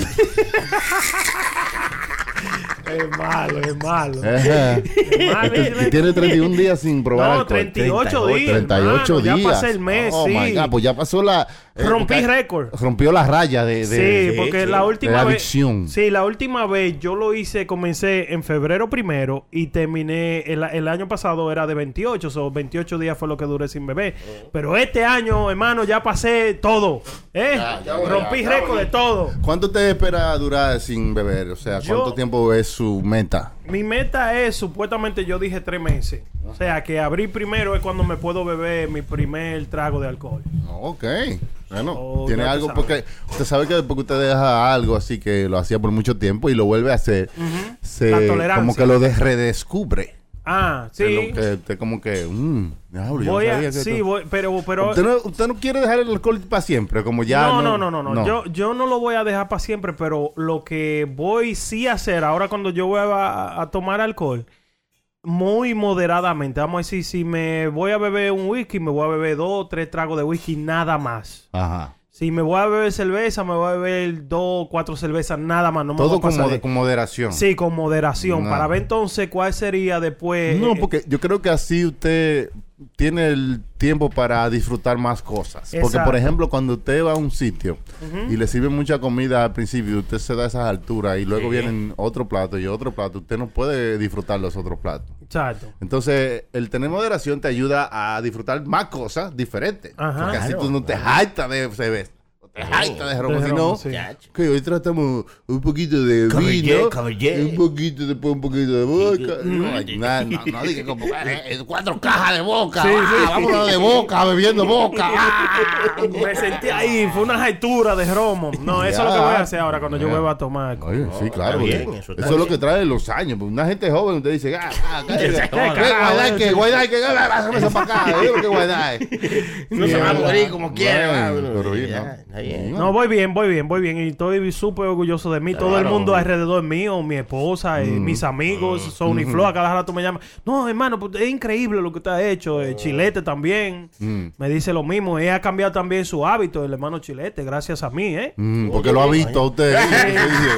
Es malo, es malo.
Ajá.
Es malo,
Y tiene 31 días sin probar
No,
alcohol.
38 días.
38
hermano,
días.
Ya pasé el mes,
oh
sí.
my God, pues ya pasó la. eh,
Rompí
porque-
récord.
Rompió la raya de. de-
Sí, porque la última
De
vez.
adicción.
Sí, la última vez yo lo hice, comencé en febrero primero y terminé. El, el año pasado era de 28, o 28 días fue lo que duré sin beber.
Oh.
Pero este año, hermano, ya pasé todo. ¿eh?
Ya, ya, ya,
Rompí
ya,
récord de todo.
¿Cuánto te espera durar sin beber? O sea, ¿cuánto
Yo-
tiempo es su meta?
Mi meta es, supuestamente yo dije tres meses. O sea, que abril primero es cuando me puedo beber mi primer trago de alcohol.
Ok. Bueno,
Oh,
tiene
ya tú
algo
sabes.
porque usted sabe que después que usted deja algo así que lo hacía por mucho tiempo y lo vuelve a hacer, se
La tolerancia.
como que lo de- redescubre.
Ah,
Es
sí.
lo que usted como que, mm, diablo, yo no
Voy
sabía
a,
que
sí,
esto-
voy, pero, pero
usted, no, usted no quiere dejar el alcohol para siempre, como ya
no, no, no, no, no. Yo, yo no lo voy a dejar para siempre, pero lo que voy sí a hacer ahora cuando yo voy a, a tomar alcohol, muy moderadamente, vamos a decir, si me voy a beber un whisky, me voy a beber dos o tres tragos de whisky, nada más.
Ajá.
Si me voy a beber cerveza, me voy a beber dos o cuatro cervezas, nada más. No me voy
Todo
a
con,
pasar
mode-
de-
con moderación.
Sí, con moderación.
No.
Para ver entonces cuál sería después...
No,
eh,
porque yo creo que así usted tiene el tiempo para disfrutar más cosas. Porque,
Exacto.
por ejemplo, cuando usted va a un sitio y le sirven mucha comida al principio, usted se da esas alturas y luego vienen otro plato y otro plato, usted no puede disfrutar los otros platos.
Exacto.
Entonces, el tener moderación te ayuda a disfrutar más cosas diferentes.
Ajá.
porque así tú no te jaitas de cerveza. no Te jaitas de romo,
De romo,
sino
sí.
que hoy tratamos un poquito de
Caballé,
vino,
caballé.
un poquito, después un poquito de vodka. No,
Mm.
ay, na- no, no, diga como, eh, cuatro cajas de boca. ah, Vámonos de boca, bebiendo boca. ah.
Me sentí ahí, fue una jaitura de romo. No, eso es lo que voy a hacer ahora cuando yo
Ya.
vuelva a tomar alcohol.
Oye, sí, claro.
bien,
porque
eso
eso
está
es lo que trae los años. porque Una gente joven, usted dice, ah, ah, cállate.
carajo,
Guayday, que guayday, que guayday, eso para acá. Digo que guayday.
No se va a morir como
Bueno,
quiera.
pero
vámonos.
bien,
Ya,
¿no?
está bien.
No, voy bien, voy bien, voy bien. Y estoy súper orgulloso de mí. Todo el mundo alrededor mío, mi esposa,
Mm.
eh, mis amigos, Sony Flo, a cada rato me llama. No, hermano, pues, es increíble lo que usted ha hecho.
Mm.
Eh, Chilete también me dice lo mismo. Ella ha cambiado también su hábito, el hermano Chilete, gracias a mí, ¿eh?
Mm, porque lo ha visto a usted. Y usted dice,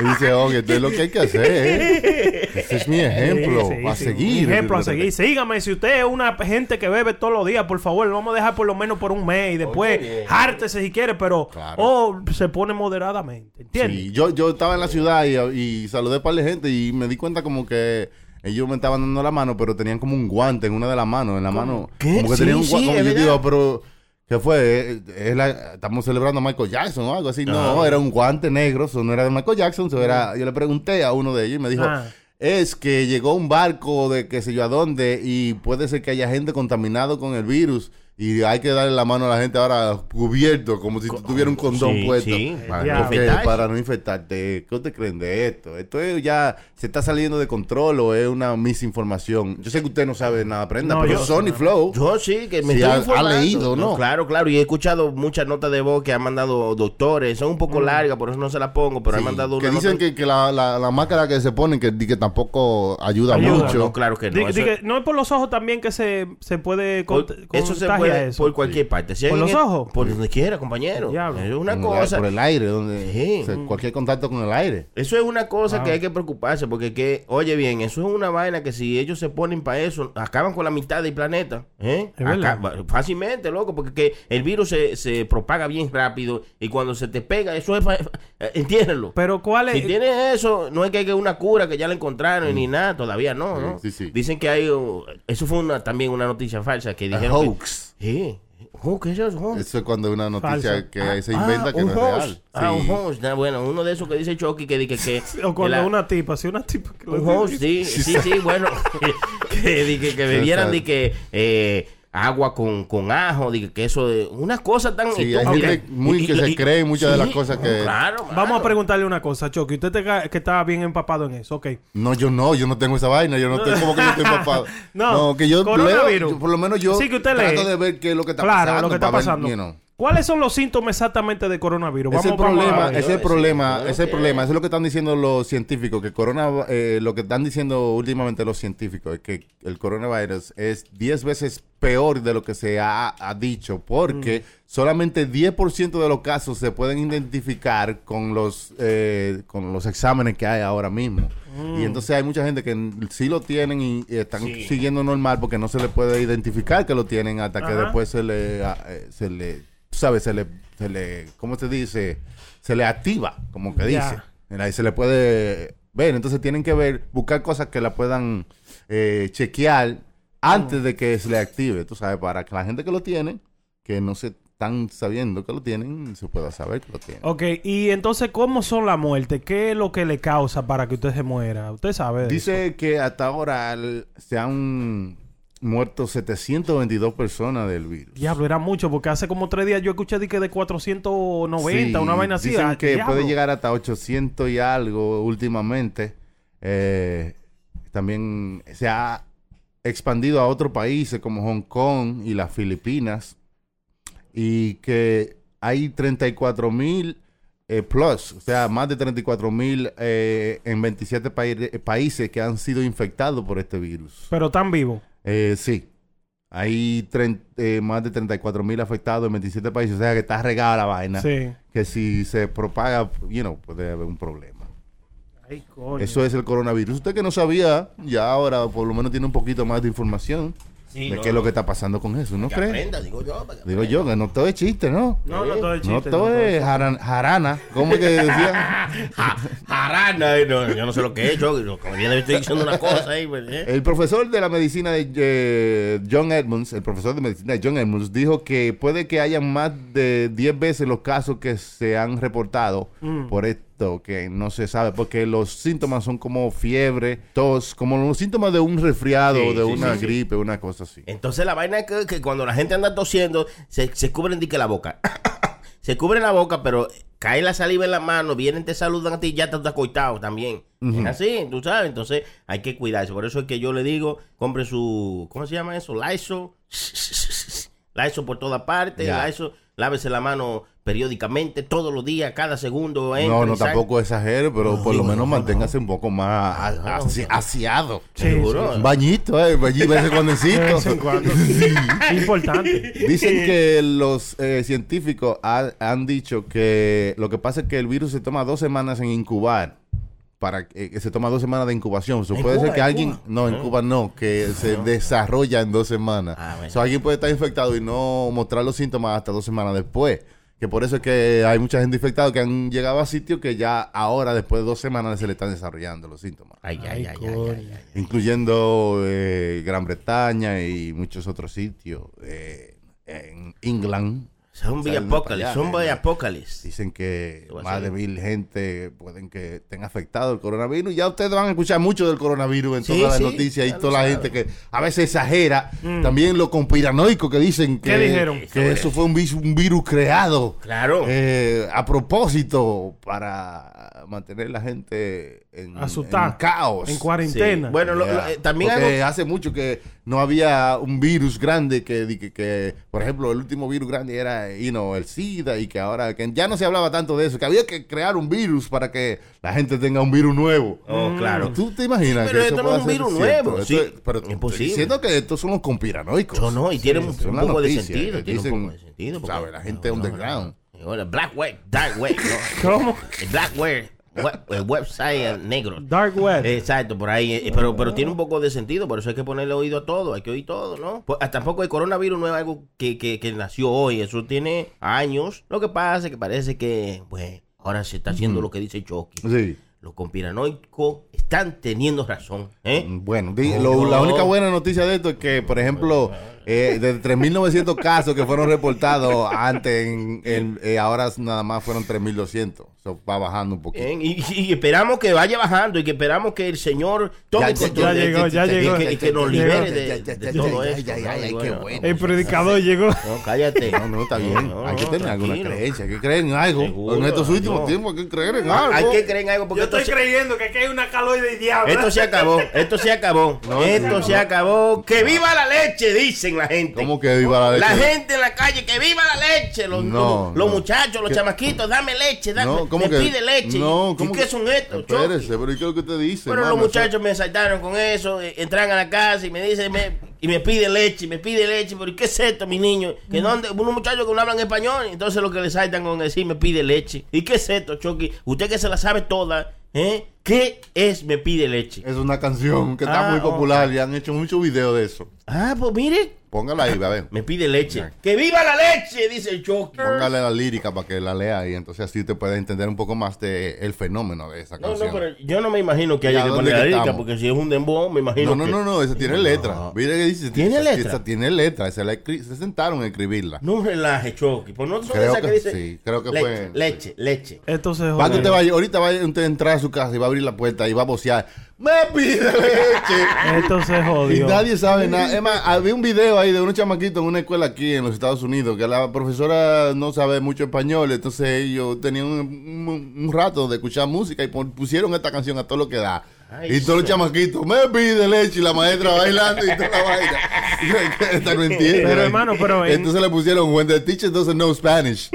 y dice, oye, esto es lo que hay que hacer. ¿eh? Ese es mi ejemplo
Sí, sí,
a
sí.
seguir.
Un ejemplo a seguir. Sígame, si usted es una gente que bebe todos los días, por favor, lo vamos a dejar por lo menos por un mes y después hártese si quiere, pero
Claro.
o se pone moderadamente, ¿entiendes?
Sí, yo, yo estaba en la ciudad y, y saludé para la gente y me di cuenta como que ellos me estaban dando la mano, pero tenían como un guante en una de las manos, en la mano.
¿Qué?
Como que
Sí,
tenían un
sí,
guante. como
es
yo
verdad.
digo, pero ¿qué fue? Eh, es la- estamos celebrando a Michael Jackson o algo así. No, era un guante negro, eso no era de Michael Jackson, eso era, yo le pregunté a uno de ellos y me dijo,
Ah.
es que llegó un barco de qué sé yo a dónde y puede ser que haya gente contaminado con el virus. Y hay que darle la mano a la gente ahora cubierto, como si tú tuviera un condón
sí,
puesto.
sí.
Para
Ya.
no que-
Infectarse.
para no infectarte. ¿Qué te creen de esto? ¿Esto es ya se está saliendo de control o es una misinformación? Yo sé que usted no sabe nada, prenda,
No,
pero
yo-
Sony Flow.
Yo sí, que me
Sí,
estoy
ha- ha
informando.
leído, ¿no?
Claro, claro. Y he escuchado muchas notas de voz que han mandado doctores. Son un poco largas, por eso no se las pongo, pero
Mm. sí,
han mandado una
que dicen
nota-
que, que la, la, la máscara que se ponen que, di que tampoco ayuda,
Ayuda,
mucho.
No, claro que no.
Di-
eso-
di que no es por los ojos también que se, se puede
Por-
con-
eso se
contagia
puede
eso.
por cualquier parte. Si
¿Por
alguien
los
es-
ojos?
Por donde quiera, compañero.
Diablo.
Es una
En el-
cosa.
Mm, por el aire, donde
Sí.
o sea, cualquier contacto con el aire.
Eso es una cosa
Ah.
que hay que preocuparse porque que, oye bien, eso es una vaina que si ellos se ponen para eso, acaban con la mitad del planeta. ¿eh?
Es verdad.
Acaba- fácilmente, loco, porque que el virus se, se propaga bien rápido y cuando se te pega, eso es... fa- eh, Entiéndelo.
Pero cuál es...
si tienes eso, no es que hay una cura que ya la encontraron ni nada, todavía no, ¿no?
Mm. Sí, sí, sí.
Dicen que hay... oh, Eso fue una, también una noticia falsa que dijeron... que-
hoax.
Sí. Oh, ¿Qué es eso? Hoax.
Eso es cuando una noticia
Falso.
que se inventa
Ah,
que
un
no es
host.
real.
Ah,
Sí.
un host. Ah, bueno, uno de esos que dice Chucky que dice que... que
o cuando
la-
una tipa, si una tipa... que lo
Un
dice-
host, sí, sí, sí, bueno. que, di que, que bebieran di que, eh, agua con, con ajo, di que, que eso es una cosa tan...
Sí, hay
estúpida.
gente muy que se cree en muchas de las cosas que-
Claro,
Vamos a
mano.
preguntarle una cosa, Choque. Usted te ca- que está bien empapado en eso, ok.
No, yo no, yo no tengo esa vaina, yo no estoy como que yo estoy empapado.
No,
que yo leo,
coronavirus.
yo- por lo menos yo
Sí, que usted
trato
lee.
de ver qué es lo que está
claro,
pasando.
lo que está
para ver,
pasando.
you know.
¿Cuáles son los síntomas exactamente de coronavirus?
Ese es el problema,
a-
ese es el problema, ese es el problema, eso es lo que están diciendo los científicos, que corona, eh, lo que están diciendo últimamente los científicos es que el coronavirus es 10 veces peor de lo que se ha, ha dicho, porque solamente 10% de los casos se pueden identificar con los eh, con los exámenes que hay ahora mismo. Y entonces hay mucha gente que n- sí lo tienen y, y están siguiendo normal porque no se le puede identificar que lo tienen hasta que
Ajá.
después se le a- eh, se le sabes se le se le cómo se dice se le activa como que
Ya.
dice Mira, ahí se le puede ver entonces tienen que ver buscar cosas que la puedan eh, chequear antes
Mm.
de que se le active tú sabes para que la gente que lo tiene que no se están sabiendo que lo tienen se pueda saber que lo tienen
Ok, y entonces, ¿cómo son la muerte? ¿Qué es lo que le causa para que usted se muera? Usted sabe. de eso.
dice que hasta ahora el- se han muerto 722 personas del virus
Diablo, era mucho, porque hace como tres días yo escuché de que de 490,
Sí,
una vaina así.
Dicen
Ah,
que
diablo.
puede llegar hasta 800 y algo últimamente. Eh, también se ha expandido a otros países como Hong Kong y las Filipinas. Y que hay 34 mil eh, plus, o sea, más de 34 mil eh, en 27 pai- países que han sido infectados por este virus.
Pero tan vivo.
Eh, sí. Hay tren- eh, más de 34 mil afectados en 27 países, o sea que está regada la vaina
Sí.
que si se propaga, you know, puede haber un problema.
Ay, coño.
Eso es el coronavirus. Usted que no sabía, ya ahora por lo menos tiene un poquito más de información
Sí,
de
no,
qué es lo que está pasando con eso, ¿no
Que
cree?
aprenda, digo yo. para que
Digo yo, que no todo es chiste, ¿no?
No, no todo es
no
chiste.
todo es jaran- jarana, ¿cómo es que decía?
Ja- Jarana, eh, no, yo no sé lo que es, yo, yo como viene, estoy diciendo una cosa ahí, pues, eh.
El profesor de la medicina de eh, John Edmonds, el profesor de medicina de John Edmonds, dijo que puede que haya más de 10 veces los casos que se han reportado
Mm.
por esto, que no se sabe, porque los síntomas son como fiebre, tos, como los síntomas de un resfriado,
Sí,
de
sí,
una
sí, sí.
gripe, una cosa así.
Entonces la vaina es que, que cuando la gente anda tosiendo, se, se cubren de que la boca. se cubre la boca, pero cae la saliva en la mano, vienen, te saludan a ti y ya te estás coitado también. Es así, tú sabes. Entonces hay que cuidarse. Por eso es que yo le digo, compre su, ¿cómo se llama eso? Lysol. Lysol por toda parte.
Ya.
Lysol, lávese la mano periódicamente, todos los días, cada segundo. entra
No,
y
no
sale.
tampoco exagero, pero
No,
por lo
digo,
menos
no, Ah, no.
manténgase un poco más a- asi- aseado.
Sí,
Seguro.
Bañito, eh, bañito, ese
De
condensito.
vez en cuando. Importante.
Dicen que los eh, científicos ha- han dicho que lo que pasa es que el virus se toma dos semanas en incubar. Para que eh, se toma dos semanas de incubación. So,
¿En
puede ser
Cuba,
que
en
alguien.
Cuba?
No, en Cuba no, que se desarrolla en dos semanas.
Ah, bueno.
So, alguien puede estar infectado y no mostrar los síntomas hasta dos semanas después. Que por eso es que hay mucha gente infectada que han llegado a sitios que ya ahora, después de dos semanas, se le están desarrollando los síntomas.
Ay, ay,
Ay,
ay, ay, ay,
coño.
ay.
Incluyendo eh, Gran Bretaña y muchos otros sitios. eh, en England.
Zombie
Salen de
apocalypse,
para allá,
zombie
eh.
apocalypse.
Dicen que
Te voy a
más de
salir.
mil gente pueden que estén afectados el coronavirus. Ya ustedes van a escuchar mucho del coronavirus en
Sí,
todas las
sí,
noticias y
ya lo
toda la
saben. Mm.
gente que a veces exagera. También lo conspiranoico que dicen que,
¿Qué dijeron?
que eso fue un, vis- un virus creado.
Claro.
eh, a propósito, para mantener la gente en,
Asustar.
en caos.
En
Sí.
cuarentena.
Bueno, lo-
Ya.
lo- eh, también
Porque
algo-
hace mucho que no había un virus grande que, di- que, que, por ejemplo, el último virus grande era eh, you know, el SIDA y que ahora que ya no se hablaba tanto de eso, que había que crear un virus para que la gente tenga un virus nuevo.
Oh, claro.
¿Tú te imaginas
Sí, pero
que eso
esto no es
pueda
un
ser
virus
cierto?
nuevo,
Esto
sí.
es- pero te
Imposible.
estoy diciendo que estos son los conspiranoicos.
No, no, y tiene un-
son
un
las
poco de
noticias,
sentido,
eh,
tiene un
dicen,
poco de sentido, porque-
¿sabes? La gente
no, no,
underground.
Ahora, Black Web, Dark Web, ¿no?
¿Cómo?
El Black Web, web- el website eh, negro.
Dark Web.
Exacto, por ahí. eh, Pero, pero tiene un poco de sentido, por eso hay que ponerle oído a todo, hay que oír todo, ¿no? Pues, ah, tampoco el coronavirus no es algo que, que, que nació hoy, eso tiene años. Lo que pasa es que parece que, pues, ahora se está haciendo lo que dice Chucky.
Sí.
Los conspiranoicos están teniendo razón, ¿eh?
Bueno, di-
Oh,
lo- la
no.
única buena noticia de esto es que, por ejemplo, Eh, de 3.900 casos que fueron reportados antes, en, en- eh, ahora nada más fueron 3.200. Eso va bajando un poquito.
Bien, ¿Eh? Y, y esperamos que vaya bajando y que esperamos que el Señor tome
Ya-
control
ya
de- este
llegó, ya
y que-
llegó.
y que, y que nos
Llegó.
libere de,
Ya, ya,
de
ya,
todo
ya,
esto.
ya, ya,
¿no?
ya,
Y pues,
qué bueno.
El predicador llegó.
No, cállate.
No, no, está bien.
No,
hay que
no,
tener alguna
tranquilo.
creencia, hay que creer en algo.
Seguro,
en estos últimos
no.
tiempos hay que creer en algo.
Hay que creer en algo porque esto se,
creyendo que aquí hay una calor de diablo.
esto se acabó. Esto se acabó. esto se acabó. ¡Que viva la leche! Dicen la gente.
¿Cómo Ah, que viva la leche?
La gente en la calle, que viva la leche. Los,
No,
los, los
no.
muchachos, los chamaquitos, dame leche, dame,
No, ¿cómo
me
que?
pide leche.
No,
¿Y
¿cómo
qué
que-
son estos?
Espérese,
Chucky?
pero ¿y qué es lo que usted dice?
Pero los
hermano?
muchachos me saltaron con eso, eh, entran a la casa y me dicen, me- y me pide leche, me pide leche, pero ¿y ¿qué es esto, mi niño? Que
Mm.
donde, unos muchachos que no hablan español, entonces lo que le saltan con decir, me pide leche. ¿Y qué es esto, Chucky? Usted que se la sabe toda, ¿eh? ¿Qué es me pide leche?
Es una canción que está
Ah,
muy
ok.
popular y han hecho muchos videos de eso.
Ah, pues mire,
Póngala ahí, a ver.
me pide leche. ¡Que viva la leche! Dice el Chucky.
Póngale la lírica para que la lea y entonces así te puedes entender un poco más de el fenómeno de esa
No,
canción.
no, pero yo no me imagino que
¿Y
haya
a
que
dónde
poner la
que
lírica,
estamos?
porque si es un dembow, me imagino
No, no,
que...
no, no, esa tiene letra. Mira que dice.
¿Tiene
esa-
letra?
Esa tiene letra. Esa la escri- se sentaron a escribirla.
No relaje, Chucky. Pues no son
Creo
esas que,
que
dice...
sí, creo que
leche,
fue-
Leche, leche.
Esto se
Va que usted
jodió.
vaya, ahorita va usted a entrar a su casa y va a abrir la puerta y va a vocear. ¡Me pide leche!
Esto se
Y
jodió.
nadie sabe nada. Es más, había un video ahí de unos chamaquitos en una escuela aquí en los Estados Unidos que la profesora no sabe mucho español, entonces ellos tenían un, un- un rato de escuchar música y pon- pusieron esta canción a todo lo que da.
Ay,
y todos los chamaquitos, me pide leche, y la maestra bailando y toda la vaina. esta no entiende.
Pero, hermano, pero en-
Entonces le pusieron, when the teacher doesn't know Spanish.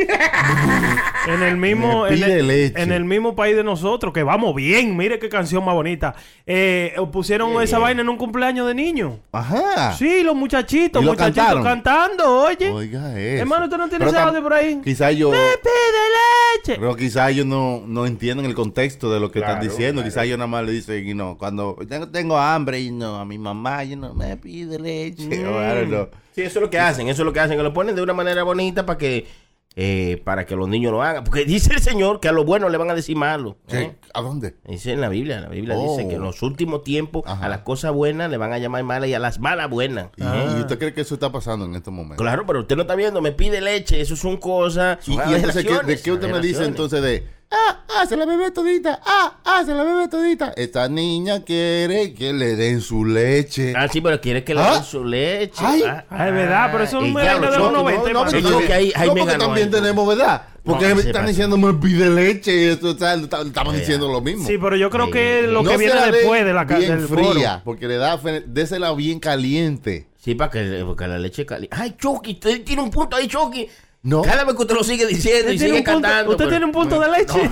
En el mismo,
Me
en
pide
el,
leche.
en el mismo país de nosotros, que vamos bien, mire qué canción más bonita. Eh, pusieron esa vaina en un cumpleaños de niño.
Ajá.
Sí, los muchachitos,
Ah. ¿Y lo
muchachitos
cantaron?
cantando, oye.
Oiga eso.
Hermano, ¿usted no tiene
Pero
ese
tam-
audio por ahí?
Quizá yo...
¡Me pide leche!
Pero quizás ellos no, no entienden el contexto de lo que están
Claro,
diciendo. Quizás ellos nada más le dicen, y no, cuando tengo, tengo hambre, y no, a mi mamá, yo no me pide leche. o I don't know.
Sí, eso es lo que hacen, eso es lo que hacen, que lo ponen de una manera bonita para que eh, para que los niños lo hagan. Porque dice el Señor que a los buenos le van a decir malo.
¿Qué?
¿eh?
¿A dónde?
Dice en la Biblia, la Biblia
Oh.
dice que en los últimos tiempos
Ajá.
a las cosas buenas le van a llamar malas y a las malas buenas.
¿Y, y usted cree que eso está pasando en estos momentos?
Claro, pero usted no está viendo, me pide leche, eso son cosas.
Y,
son
y entonces, ¿qué- ¿de
aberraciones,
qué usted me dice
aberraciones.
entonces de... Ah, ah, se la bebe todita. Ah, ah, se la bebe todita. Esta niña quiere que le den su leche.
Ah, sí, pero quiere que le
¿Ah?
den su leche.
Ay.
Ah,
Ah, es verdad, pero eso es
y
un
ya
vaina
lo
de los
choco, no, este
90,
no,
hermano.
pero- Digo que ahí- ahí
no,
me
porque
ganó
también
ahí.
tenemos, ¿verdad? Porque
No,
me
se
están
pasa.
diciendo, me pide leche. Y esto, o sea, estamos diciendo lo mismo.
Sí, pero yo creo que es lo
No
que
se
viene
la dé
después de la ca-
bien
del foro.
fría, porque le da fe- désela bien caliente.
Sí, para que, porque la leche caliente. Ay, Chucky, usted tiene un punto ahí, Chucky.
No.
Cada vez que usted lo sigue diciendo
Usted
y
tiene
sigue
un punto,
cantando.
usted
pero-
tiene un punto de leche.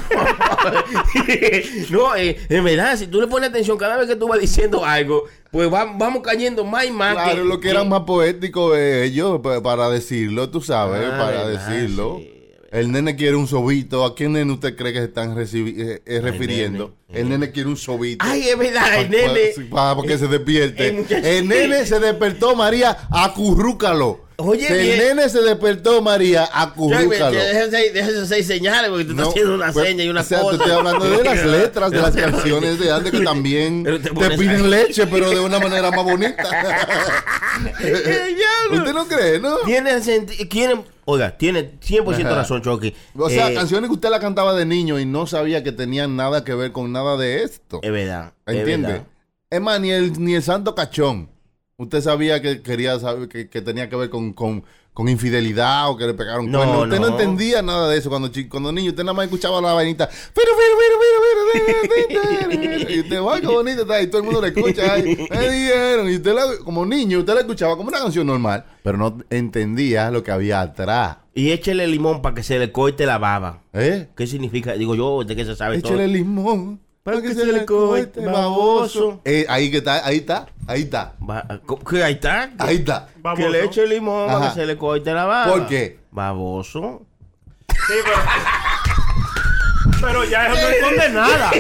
no, eh, en verdad, si tú le pones atención cada vez que tú vas diciendo algo, pues va- vamos cayendo más y más.
Claro, lo Ah, que eran más poéticos eh, ellos pa- para decirlo, tú sabes,
Ah,
para
verdad,
decirlo.
sí,
El nene quiere un sobito. ¿A qué nene usted cree que se están recibi- eh, eh, refiriendo? El nene quiere un sobito.
Ay, es verdad,
Pa-
el nene.
pa- Para, que se despierte.
el muchacho-
El nene se despertó, María, acurrúcalo.
Oye,
el
bien.
nene se despertó, María,
Chucky, me-
acurrúcalo.
eh, déjese- Déjese seis señales porque tú
pues,
estás
No,
haciendo una
pues,
seña y una
o sea,
cosa.
te estoy hablando de las letras de las canciones de antes que también
Pero
te,
te pones
piden
ahí.
leche, pero de una manera más bonita.
¡Eh, diablo!
¿Usted no cree, no?
Tiene senti- tiene- Oiga, tiene 100%
Ajá.
razón, Chucky.
O sea,
Eh,
canciones que usted la cantaba de niño y no sabía que tenían nada que ver con nada de esto.
Es verdad. es
¿Entiende?
verdad.
Es más, ni el, ni el santo cachón. Usted sabía que quería saber que, que tenía que ver con, con- con infidelidad o que le pegaron
No,
cuernos. Usted no.
no.
entendía nada de eso cuando, chi- cuando niño. Usted nada más escuchaba la vainita. Pero, pero, pero, pero, pero, pero, pero. Y usted, ay, qué bonita está. Y todo el mundo le escucha. ay, me dijeron. Y usted, la- como niño, usted la escuchaba como una canción normal. Pero no entendía lo que había atrás.
Y échele limón para que se le corte la baba.
¿Eh?
¿Qué significa? Digo yo, usted que se sabe Pues todo.
Échale limón.
Para que se le corte, baboso.
este Eh, ahí que está, ahí está, ahí está,
Va- ¿cómo que ahí está?
ahí está.
Que le eche limón para
Ajá.
que se le corte la baba.
¿Por qué?
Baboso.
Pero ya eso no esconde nada.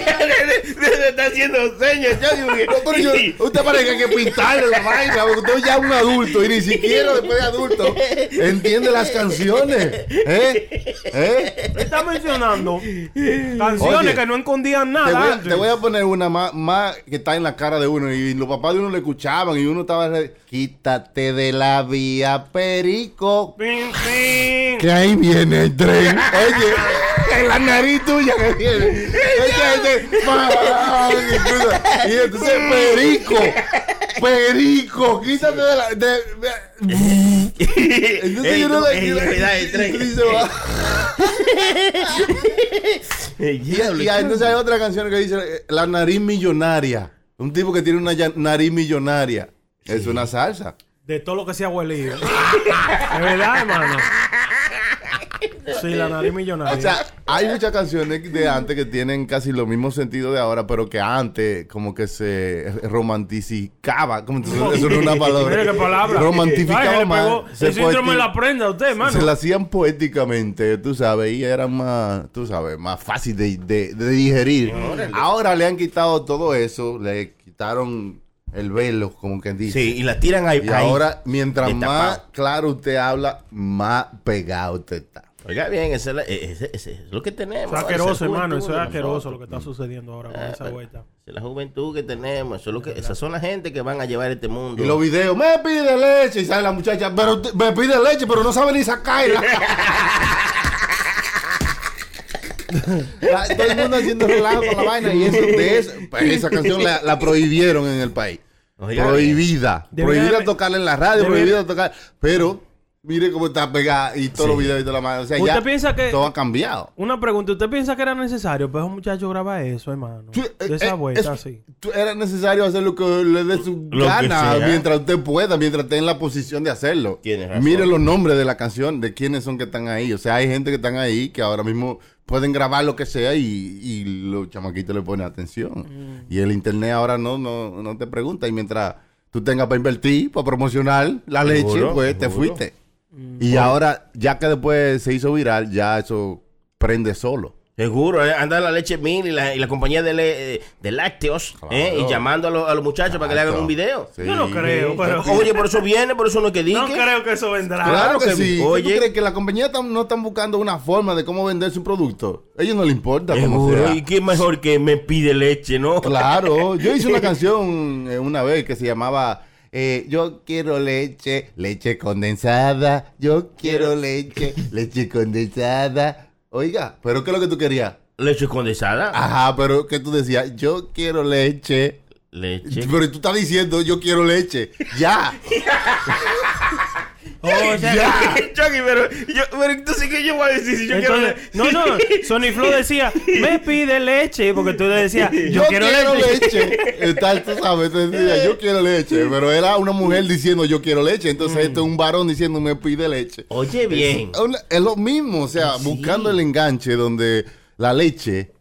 está haciendo señas, yo digo que-
Pero yo- usted parece que pintarle la vaina, porque usted ya es un adulto y ni siquiera después de adulto entiende las canciones. ¿Eh? ¿Eh?
Está mencionando canciones
Oye,
que no escondían
Te
nada.
voy, a,
Andrew.
te voy a poner una más, más que está en la cara de uno y los papás de uno le escuchaban y uno estaba... re- Quítate de la vía, perico.
Ping, ping.
Que ahí viene el tren. Oye, en la nariz tuya que viene. Oye, oye, pa- y entonces, perico. Perico, quítate de la. de- de- entonces
Ey,
yo no
tú,
la
ey, cuidado, el tren.
y se va.
Ey, diablo.
Y entonces hay otra canción que dice eh, La nariz millonaria. Un tipo que tiene una ya- nariz millonaria. Es una salsa.
De todo lo que sea huelido. Es verdad, hermano. Sí, la nariz millonaria.
O sea, hay muchas canciones de antes que tienen casi los mismos sentidos de ahora, pero que antes como que se romanticicaba. Como entonces, eso no es una palabra.
Mira qué palabra. Ay,
Romantificaba
le pegó
más.
El síndrome
poeti-
de la prenda a usted, hermano.
se la hacían poéticamente, tú sabes, y era más, tú sabes, más fácil de, de- de digerir. Ahora le han quitado todo eso, le quitaron el velo, como que dice.
Sí, y la tiran ahí.
Y
ahí.
ahora, mientras
destapado.
más claro usted habla, más pegado usted está.
Oiga bien, ese es, la- ese- ese es lo que tenemos.
Eso es asqueroso,
Esa la
hermano. Eso
juventud
es
de
asqueroso
nosotros.
lo que está sucediendo ahora con
Ah,
esa
Eh,
pero-
vuelta.
esa es la juventud que tenemos. Eso es lo que, esas son la gente que van a llevar este mundo.
Y los videos, me pide leche. Y sale la muchacha, pero usted- me pide leche, pero no sabe ni sacarla. La- todo el mundo haciendo relajo con la vaina. Y eso, de eso- pues, esa canción la, la prohibieron en el país.
Oiga,
prohibida.
Debería
prohibida
haber-
tocarla en la radio,
debería-
prohibida tocar. Pero, mire cómo está pegada y todos los videos y toda la madre. O sea,
¿Usted
ya
piensa que-
todo ha cambiado.
Una pregunta, ¿usted piensa que era necesario? Pues un muchacho graba eso, hermano.
Tú, eh,
De esa
eh,
vuelta,
es-
sí.
tú- era necesario hacer lo que le dé su
Lo que
gana
sea.
mientras usted pueda, mientras esté en la posición de hacerlo.
Tienes razón.
Mire los nombres de la canción, de quiénes son que están ahí. O sea, hay gente que están ahí que ahora mismo pueden grabar lo que sea y, y los chamaquitos le ponen atención.
Mm.
Y el internet ahora no, no, no te pregunta. Y mientras tú tengas para invertir, para promocionar la leche,
Seguro,
pues te
seguro.
fuiste.
Mm.
Y ahora, ya que después se hizo viral, ya eso prende solo.
Seguro, eh, anda la leche mil y la, y la compañía de, le- de lácteos eh,
Claro.
y llamando a, los- a los muchachos para que le hagan
Exacto.
un video.
Sí.
Eh,
Yo no creo, pero.
Oye, por eso viene, por eso no es que diga.
No creo que eso vendrá.
Claro Ah, que sí. ¿Tú
Oye.
crees que la compañía tam- no están buscando una forma de cómo vender su producto? A ellos no les importa cómo
Seguro,
sea.
y qué mejor que me pide leche, ¿no?
Claro. Yo hice una canción eh, una vez que se llamaba eh, Yo quiero leche, leche condensada. Yo quiero leche, leche condensada. Oiga, ¿pero qué es lo que tú querías?
Leche condensada.
Ajá, pero ¿qué tú decías? Yo quiero leche.
Leche.
Pero tú estás diciendo yo quiero leche. Ya.
O sea,
Chucky, pero, yo, pero entonces, ¿qué yo voy a decir si yo
Entonces,
quiero
no, no, Sony Flow decía, me pide leche, porque tú le decías, yo, quiero, leche. Eh.
Está, tú sabes, te decía, yo quiero leche. Pero era una mujer diciendo, yo quiero leche. Entonces,
Mm.
esto es un varón diciendo, me pide leche.
Oye, bien.
Es una- Es lo mismo, o sea, buscando el enganche donde la leche,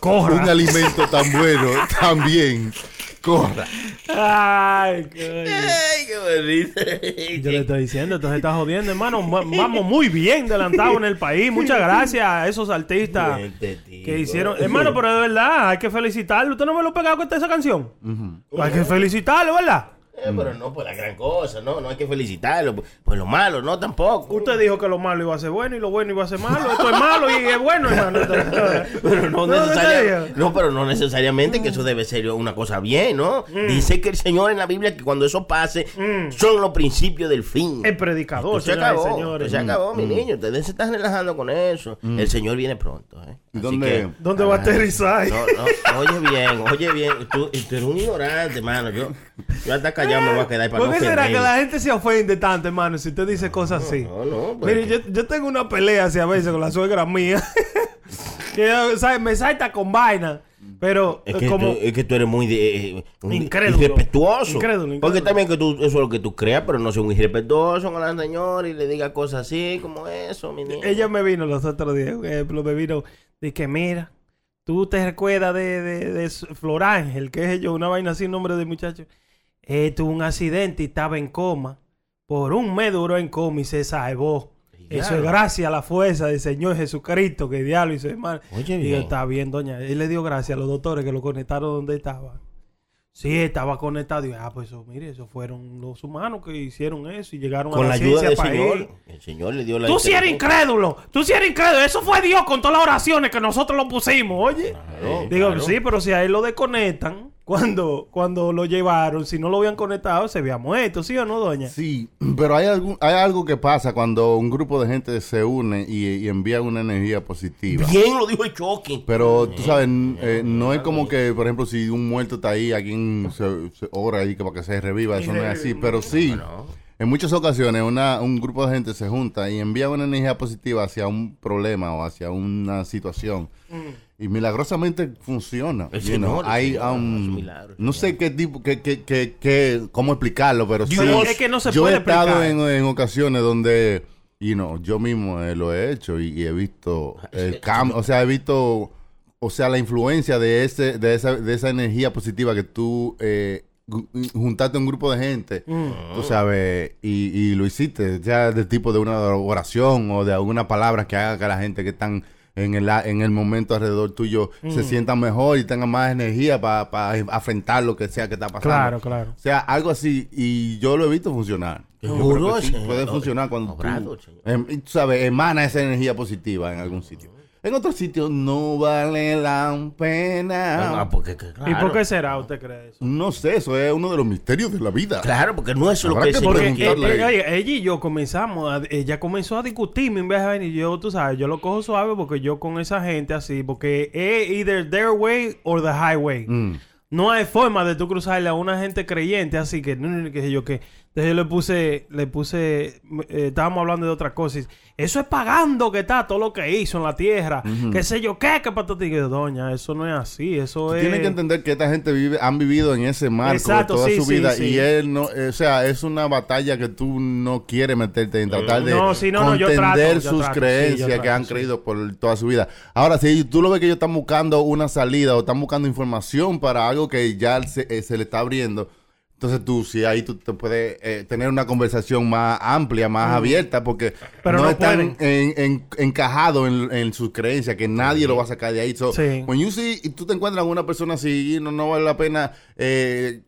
un
Corra.
alimento tan bueno, también corra.
Ay, coño.
Ay, qué bonito.
Yo
Eh,
le estoy diciendo, entonces estás jodiendo, hermano. Va- Vamos muy bien delantados en el país. Muchas gracias a esos artistas
Gente, tío.
que hicieron. Hermano, pero de verdad, hay que felicitarlo. ¿Usted no me lo pegado con esa canción? Hay que felicitarlo, ¿verdad?
Eh, pero no por la gran cosa, no, no hay que felicitarlo. Por, por lo malo, no tampoco.
Usted dijo que lo malo iba a ser bueno y lo bueno iba a ser malo. Esto es malo y es bueno, hermano.
Pero no,
¿No, Mm. en
necesariamente,
serio?
no, pero no necesariamente que eso debe ser una cosa bien, ¿no?
Mm.
Dice que el Señor en la Biblia que cuando eso pase son los principios del fin.
El predicador,
Pues se
señoras y
acabó,
señores.
pues se acabó, mi niño. Ustedes se están relajando con eso. El Señor viene pronto, ¿eh? Así
¿Dónde?
que-
¿Dónde va a aterrizar?
No, no, oye bien, oye bien. Tú, tú eres un ignorante, hermano. Yo, yo hasta callado me voy a quedar para
¿Por
no
qué será Pues que
ofender.
la gente se ofende tanto, hermano, si usted dice cosas así?
No, no, pues-
Mire, yo, yo tengo una pelea así a veces con la suegra mía. que o sea, me salta con vaina. Pero
Es
eh,
que,
como...
tú, es que tú eres muy de- eh, un
Incrédulo.
irrespetuoso.
Incrédulo, incrédulo.
Porque también que tú, eso es lo que tú creas, pero no seas un irrespetuoso con la señora y le diga cosas así como eso, mi niño.
Ella me vino los otros días, por ejemplo, me vino, dije, mira, tú te recuerdas de, de, de S- Flor Ángel, que es yo, una vaina así, nombre de muchacho. Eh, tuvo un accidente y estaba en coma. Por un mes duró en coma y se salvó. Eso es gracias a la fuerza del Señor Jesucristo, que diablo hizo hermano.
Oye,
y
bien.
está bien, doña. Él le dio gracias a los doctores que lo conectaron donde estaba. Sí, estaba conectado. Y, ah, pues eso, mire, eso fueron los humanos que hicieron eso y llegaron a
Con
la,
la ayuda
ciencia
del
para
Señor.
él.
El Señor le dio la
Tú sí eres
inteligencia.
incrédulo, tú sí eres incrédulo. Eso fue Dios con todas las oraciones que nosotros lo pusimos, oye.
Claro,
Digo,
claro.
sí, pero si a él lo desconectan, cuando, cuando lo llevaron, si no lo habían conectado, se había muerto, ¿sí o no, doña?
Sí, pero hay, algún- hay algo que pasa cuando un grupo de gente se une y, y envía una energía positiva.
Bien lo dijo el Chucky.
Pero tú sabes, n- eh, no es como que, por ejemplo, si un muerto está ahí, alguien se, se ora ahí que para que se reviva, eso no es así. Pero sí, en muchas ocasiones una, un grupo de gente se junta y envía una energía positiva hacia un problema o hacia una situación. Y milagrosamente funciona.
El
you know.
Señor, el
Hay,
Señor,
um,
es un milagro, el
no sé qué tipo, qué, qué, qué- qué- cómo explicarlo, pero sí.
Pero es que no se
yo
puede
he estado
explicar.
en, en ocasiones donde, you know, yo mismo eh, lo he hecho y, y he visto el cambio, o sea, he visto, o sea, la influencia de ese, de esa, de esa energía positiva que tú eh, gu- juntaste a un grupo de gente,
Mm.
tú sabes, y, y lo hiciste, ya de tipo de una oración o de alguna palabra que haga que la gente que están en el, a- en el momento alrededor tuyo
Mm.
se sientan mejor y tengan más energía para afrontar lo que sea que está pasando.
Claro, claro.
O sea, algo así. Y yo lo he visto funcionar. Yo creo
Juro,
que sí
señor.
Puede funcionar cuando
Obrado,
tú,
señor.
em, y tú sabes, emana esa energía positiva en algún sitio. En otro sitio no vale la
Ah,
pena.
porque, que- claro.
¿Y por qué será? ¿Usted cree eso?
No sé, eso es uno de los misterios de la vida.
Claro, porque no es lo
Habrá
que el
que
Señor
Porque
quiere.
preguntarle.
eh, eh, ella y yo comenzamos, a- ella comenzó a discutirme en vez de venir. Yo, tú sabes, yo lo cojo suave porque yo con esa gente así, porque es either their way or the highway.
Mm.
No hay forma de tú cruzarle a una gente creyente, así que, mm, qué sé yo, que. Entonces yo le puse, le puse, eh, estábamos hablando de otras cosas. y, Eso es pagando que está todo lo que hizo en la tierra, qué sé yo, qué, qué patata. Y yo, doña, eso no es así, eso es.
Tienen que entender que esta gente vive, han vivido en ese marco
Exacto,
toda
sí,
su
sí,
vida
sí.
y él no, eh, o sea, es una batalla que tú no quieres meterte en tratar de
Mm. No, sí, no, no, yo
contender
trato, yo
sus
trato, sí,
creencias
yo trato,
que han
sí.
creído por toda su vida. Ahora, si tú lo ves que ellos están buscando una salida o están buscando información para algo que ya se, eh, se le está abriendo. Entonces tú, si ahí tú te puedes eh, tener una conversación más amplia, más abierta, porque
Mm. Pero
no,
no
están
pueden.
en, en- encajados en, en sus creencias, que nadie lo va a sacar de ahí. So,
Sí.
When you see- y tú te encuentras con una persona así, no, no vale la pena, eh,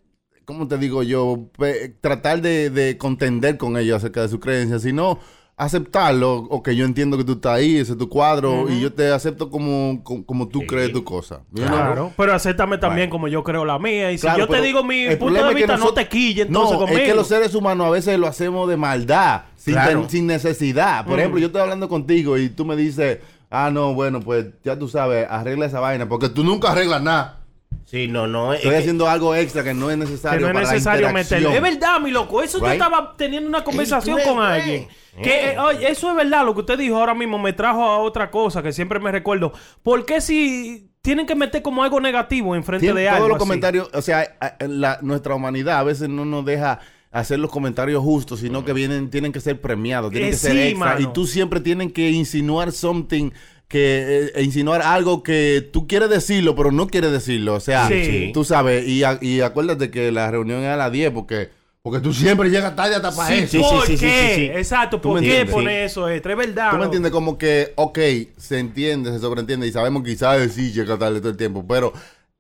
¿cómo te digo yo? Pe- tratar de, de contender con ellos acerca de su creencia, sino aceptarlo, o que yo entiendo que tú estás ahí, ese es tu cuadro, y yo te acepto como, como, como tú crees tu cosa. You know?
Claro, pero acéptame también como yo creo la mía. Y si
Claro,
yo te
pero
digo mi
el
punto
problema
de
es que
vista, no
nosotros-
te quille entonces
no,
conmigo.
Es que los seres humanos a veces lo hacemos de maldad, sin,
Claro.
ten- sin necesidad.
Mm.
Por ejemplo, yo estoy hablando contigo y tú me dices, ah, no, bueno, pues ya tú sabes, arregla esa vaina, porque tú nunca arreglas nada.
Sí, no, no. es-
Estoy
es que-
haciendo algo extra que no es
Eh, que
necesario.
no es
para la
necesario
interacción.
meterle. Es verdad, mi loco. Eso
Right?
yo estaba teniendo una conversación
Ey,
con
güey.
alguien. Que, eh, oye, eso es verdad, lo que usted dijo ahora mismo me trajo a otra cosa que siempre me recuerdo. ¿Por qué si tienen que meter como algo negativo enfrente
Tiene
de algo?
todos los
así?
comentarios, o sea, a- a- la- nuestra humanidad a veces no nos deja hacer los comentarios justos, sino que vienen, tienen que ser premiados, tienen
Eh,
que ser
sí,
extra,
mano.
y tú siempre tienen que insinuar something que eh, e insinuar algo que tú quieres decirlo, pero no quieres decirlo, o sea,
Sí.
tú sabes, y, a- y acuérdate que la reunión es a las 10 porque porque tú siempre llegas tarde hasta para eso.
Sí,
Sí, sí,
¿Por
sí, sí,
qué?
sí, sí.
Exacto,
Tú me
¿por qué
entiendes.
pone eso extra? Es verdad.
Tú me
¿no?
entiendes como que, ok, se entiende, se sobreentiende y sabemos que quizás sí llega tarde todo el tiempo, pero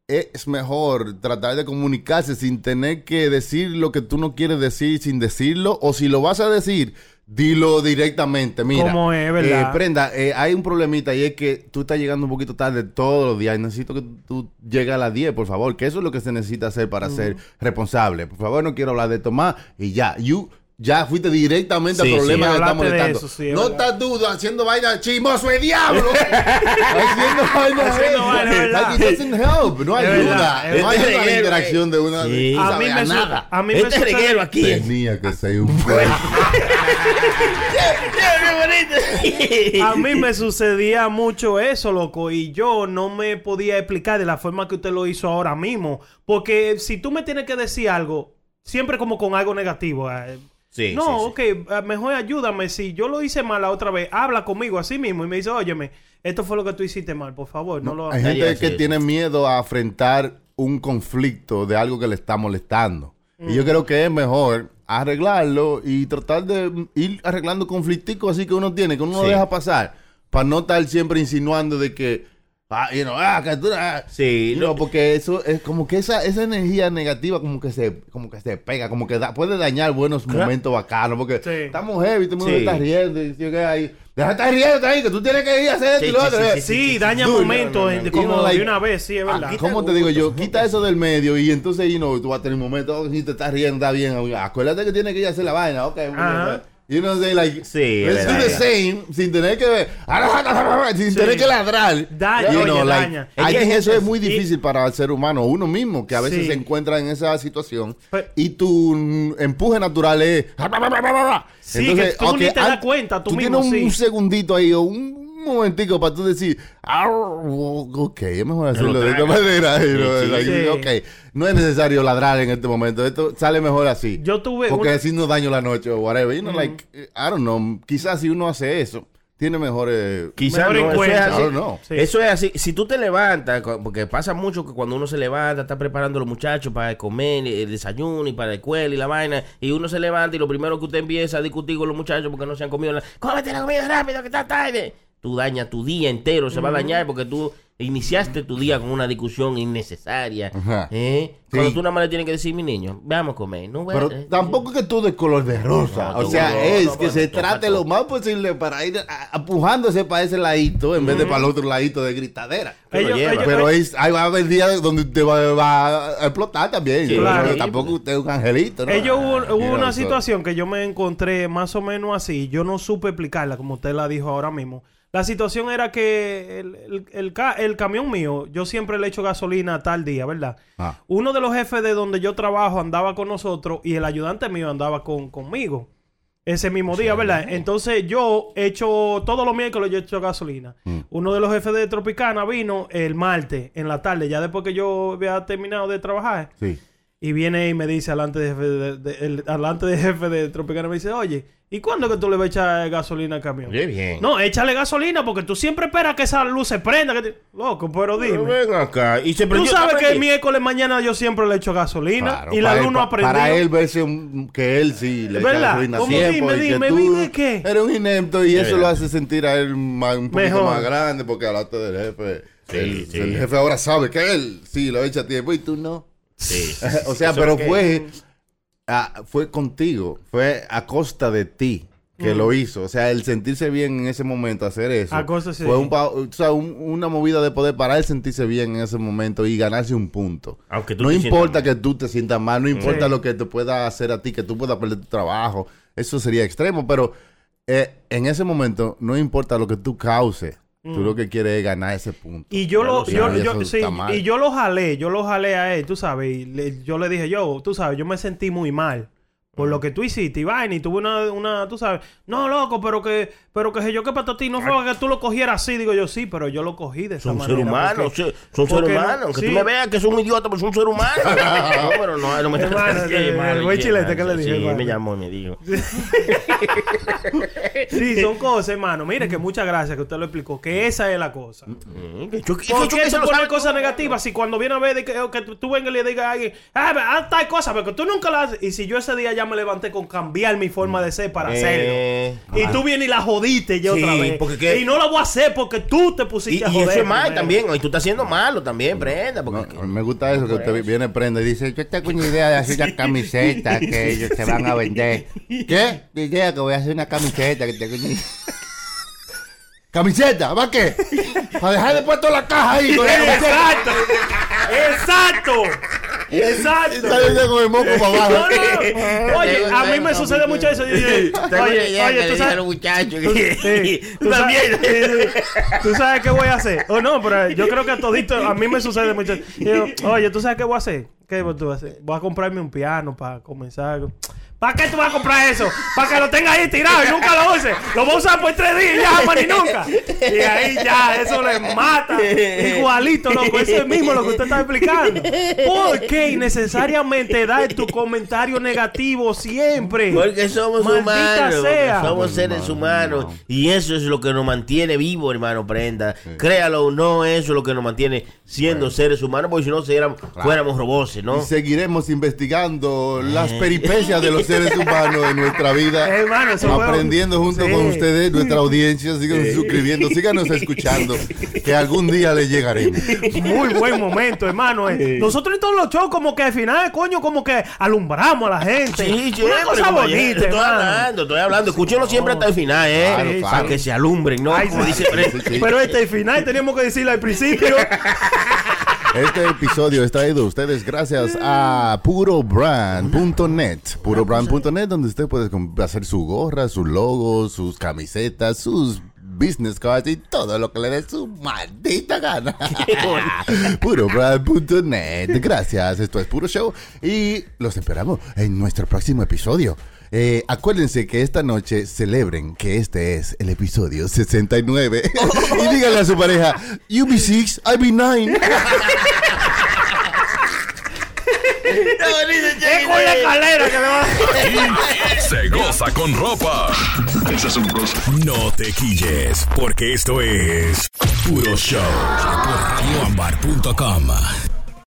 es mejor tratar de comunicarse sin tener que decir lo que tú no quieres decir sin decirlo o si lo vas a decir, dilo directamente. Mira,
Como es, ¿verdad?
eh, prenda, eh, hay un problemita y es que tú estás llegando un poquito tarde todos los días y necesito que tú llegues a las 10, por favor, que eso es lo que se necesita hacer para
Mm.
ser responsable. Por favor, no quiero hablar de esto más y ya, you... Ya fuiste directamente
Sí,
al
sí,
problema que está
hablaste de
molestando.
eso, sí, es
no
verdad.
estás dudo haciendo vaina chismoso de diablo. haciendo vaina
Haciendo vaina,
Like,
¿verdad?
it doesn't help. No
Es
ayuda.
verdad, es
No ayuda
verdad.
a la
Reguero,
eh. interacción de una.
Sí.
tú
A mí
sabes,
me, su-
nada.
a mí me
Este
sucede-
reguero aquí.
Tenía que ser un fuerte.
A mí me sucedía mucho eso, loco, y yo no me podía explicar de la forma que usted lo hizo ahora mismo. Porque si tú me tienes que decir algo, siempre como con algo negativo. eh,
Sí,
no,
sí, sí.
ok, eh, mejor ayúdame. Si yo lo hice mal la otra vez, habla conmigo así mismo y me dice, óyeme, esto fue lo que tú hiciste mal, por favor, no, lo
Hay
hagas.
gente
Estaría
que
así.
tiene miedo a enfrentar un conflicto de algo que le está molestando. Y
Mm.
yo creo que es mejor arreglarlo y tratar de ir arreglando conflicticos así que uno tiene, que uno no
Sí.
deja pasar, para no estar siempre insinuando de que, ah, you know, ah, que tú, ah.
Sí,
No, porque eso es como que esa, esa energía negativa como que se como que se pega, como que da- puede dañar buenos momentos bacanos, porque
Sí.
estamos heavy, todo el mundo
Sí.
está riendo, y yo que ahí, deja de estar riendo ahí, que tú tienes que ir a hacer esto y lo otro.
Sí,
Sí,
sí,
daña
sí.
momentos
No, no, no,
en-
no.
como
Y uno, like,
de una vez, sí, es verdad.
aquí-
Ah, ¿Cómo te digo yo? Quita eso del medio y entonces y no, tú vas a tener un momento, oh, si te estás riendo, está bien. Acuérdate que tienes que ir a hacer la vaina, ok.
Ajá.
Y uno se like,
Sí, es
let's do
verdad,
the
ya.
same, sin tener que ver, Ah, sin tener que ladrar.
Daña,
You know,
oye,
like,
daña.
I
Es que
think
hay
eso
gente-
es muy difícil para el ser humano, uno mismo, que a veces
Sí. Pues
se encuentra en esa situación
Pe-
y tu mm, empuje natural es.
Sí, que tú ni te das
an-
cuenta, tú
tienes
mismo,
un-
sí.
un segundito ahí o un momentico para tú decir, "Au, ok, es mejor hacerlo de esta manera. y no,
Sí, sí.
like,
Sí.
ok, no es necesario ladrar en este momento, esto sale mejor así.
Yo tuve
Porque
una-
así no daño la noche o whatever. You know, like, eh, I don't know, quizás si uno hace eso, tiene mejores...
Quizás
Mejor
no, eso es
encuentro.
así.
Claro, no.
Sí.
Eso es así. Si tú te levantas, cu- porque pasa mucho que cuando uno se levanta, está preparando a los muchachos para comer, el desayuno y para la escuela y la vaina, y uno se levanta y lo primero que usted empieza a discutir con los muchachos porque no se han comido la... ¡Cómete la comida rápido que está tarde! Tú dañas tu día entero, se va a dañar porque tú iniciaste tu día con una discusión innecesaria.
Ajá.
¿eh? Cuando
Sí.
tú nada más le tienes que decir, mi niño, vamos a comer. No voy a-
Pero
eh,
tampoco que todo de color de rosa.
No,
o
tú-
sea,
no,
es
no,
que
no,
se
no,
trate
no.
lo más posible para ir a- empujándose para ese ladito en vez de para el otro ladito de gritadera.
Pero
Ellos-
lleva.
ellos-
Pero es, ahí va a haber días donde te va, va a explotar también.
Sí,
¿no?
claro.
Pero Tampoco usted es un angelito, ¿no?
Ellos Eh, hubo, hubo
You know,
una
so-
situación que yo me encontré más o menos así. Yo no supe explicarla, como usted la dijo ahora mismo. La situación era que el, el- el ca- el camión mío, yo siempre le echo gasolina tal día, ¿verdad?
Ah.
Uno de los jefes de donde yo trabajo andaba con nosotros y el ayudante mío andaba con, conmigo. Ese mismo día, ¿verdad? Entonces yo echo, todos los miércoles yo echo gasolina. Uno de los jefes de Tropicana vino el martes, en la tarde, ya después que yo había terminado de trabajar.
Sí.
Y viene y me dice alante de jefe de, de- el, alante de jefe de Tropicana, me dice, oye, ¿y cuándo que tú le vas a echar gasolina al camión?
Qué bien.
No, échale gasolina porque tú siempre esperas que esa luz se prenda. que te- Loco, pero
Pero
dime.
ven acá. Y se
Tú
prendió-
sabes que el
aprendí.
miércoles mañana yo siempre le echo gasolina
Claro,
y la
para
luz
él-
no
pa-
aprendió.
Para él verse un- que él sí le echa
¿Verdad?
gasolina
Como
siempre
dime,
y que
dime,
tú
dime qué.
Eres un inepto y eso
verdad.
lo hace sentir a él ma- un poquito
Mejor.
más grande porque hablaste del jefe.
Sí,
el,
sí.
el jefe ahora sabe que él sí lo echa a tiempo y tú no.
Sí.
o sea,
Eso
pero
es que-
fue, ah, fue contigo, fue a costa de ti que lo hizo. O sea, el sentirse bien en ese momento, hacer eso,
Mm. A costa, sí.
fue un pa- o sea, un- una movida de poder para él sentirse bien en ese momento y ganarse un punto.
Aunque tú
no
te
importa
sientas
que tú te sientas mal, no importa
Sí.
lo que te pueda hacer a ti, que tú puedas perder tu trabajo, eso sería extremo, pero eh, en ese momento no importa lo que tú causes, tú lo que quieres es ganar ese punto.
Y yo lo,
Ya lo
yo,
sabes,
yo-
eso
sí,
está mal.
y yo lo jalé, yo lo jalé a él, tú sabes, y le- yo le dije, yo, tú sabes, yo me sentí muy mal
Mm.
por lo que tú hiciste, y vaina, y tuve una, una, tú sabes, no, loco, pero que, pero que yo que para ti no fue que tú lo cogieras así, digo yo, sí, pero yo lo cogí de esa
Son
manera.
seres humanos,
porque-
sí, son seres
porque no-
humanos. Aunque
sí.
tú me veas que soy un idiota, pero soy un ser humano. no, pero no, no me
Hermano,
Sí,
el
hermano,
buen
sí,
chilete, ¿qué le
hermano,
dije,
Sí,
hermano?
me llamó y me dijo.
Sí, son cosas, hermano. Mire que muchas gracias que usted lo explicó, que esa es la cosa.
Mm, que yo- que
¿Por
yo-
qué
que
se
se lo
pone
sabe
cosas
todo.
negativas? Si cuando viene a ver de que, que tú tú vengas y le digas a alguien, ah, ve, haz tal cosa, pero que tú nunca la haces. Y si yo ese día ya me levanté con cambiar mi forma de ser para
Eh,
hacerlo. Y tú vienes y la jodiste ya
Sí,
otra vez.
porque que-
Y no la voy a hacer porque tú te
Y,
pusiste a
y
joder.
eso es mal
primero.
también. Y tú estás haciendo malo también, prenda.
No,
Porque
me gusta eso, que usted viene, prende y dice, yo tengo una idea de hacer una camiseta que ellos te van a vender. ¿Qué? Una idea que voy a hacer una camiseta que tengo una idea. ¿Camiseta? ¿Va qué? Para dejar de puesto la caja ahí. con la camiseta.
Exacto. Exacto.
Y
Exacto.
sale con el moco para
Ah,
No,
abajo.
no, no. Oye, a mí me sucede mucho eso. Yo digo,
Tengo una
Oye,
idea que
oye, tú
le dije a
sabes.
los muchachos.
Tú- sí, tú sabes- sí, sí. Tú sabes qué voy a hacer. O no, pero yo creo que a todito, a mí me sucede mucho. Yo, Oye, ¿tú sabes qué voy a hacer? ¿Qué tú vas a hacer? Voy a comprarme un piano para comenzar. ¿Para qué tú vas a comprar eso? Para que lo tengas ahí tirado y nunca lo uses. Lo vas a usar por tres días y ya, man, y nunca. Y ahí ya, eso le mata. Igualito, loco. Eso es mismo lo que usted está explicando. ¿Por qué innecesariamente dar tu comentario negativo siempre?
Porque somos
Maldita
humanos.
sea. Pues,
Somos seres humanos. Y eso es lo que nos mantiene vivo, hermano Prenda. Créalo o no, eso es lo que nos mantiene siendo seres humanos. Porque si no, seéramos- fuéramos robots, ¿no?
Y seguiremos investigando las peripecias de los seres humanos de nuestra vida.
Hermano, eso fue un-
aprendiendo junto
Sí.
con ustedes, nuestra audiencia. Sigan suscribiendo, síganos escuchando, que algún día les llegaremos.
Muy buen momento, hermano. eh. Nosotros en todos los shows, como que al final, coño, como que alumbramos a la gente.
Sí,
Una
siempre,
cosa
compañero.
bonita,
Estoy
hermano.
hablando, estoy hablando. Escúchenlo siempre hasta el final, ¿eh?
Claro,
Sí,
claro.
Para que se alumbren, ¿no?
Ay,
Como
sí.
dice Prenda.
Sí.
Pero este final teníamos que decirlo al principio.
Este episodio está traído a ustedes gracias a purobrand.net. Purobrand.net, donde usted puede com- hacer su gorra, sus logos, sus camisetas, sus business cards y todo lo que le dé su maldita gana. purobrand.net. Gracias, esto es Puro Show y los esperamos en nuestro próximo episodio. Eh, acuérdense que esta noche celebren que este es el episodio 69 y díganle a su pareja, you be six, I be nine.
es con la escalera que me va a...
Se goza con ropa. No te quilles, porque esto es Puro Show. Por radioambar.com.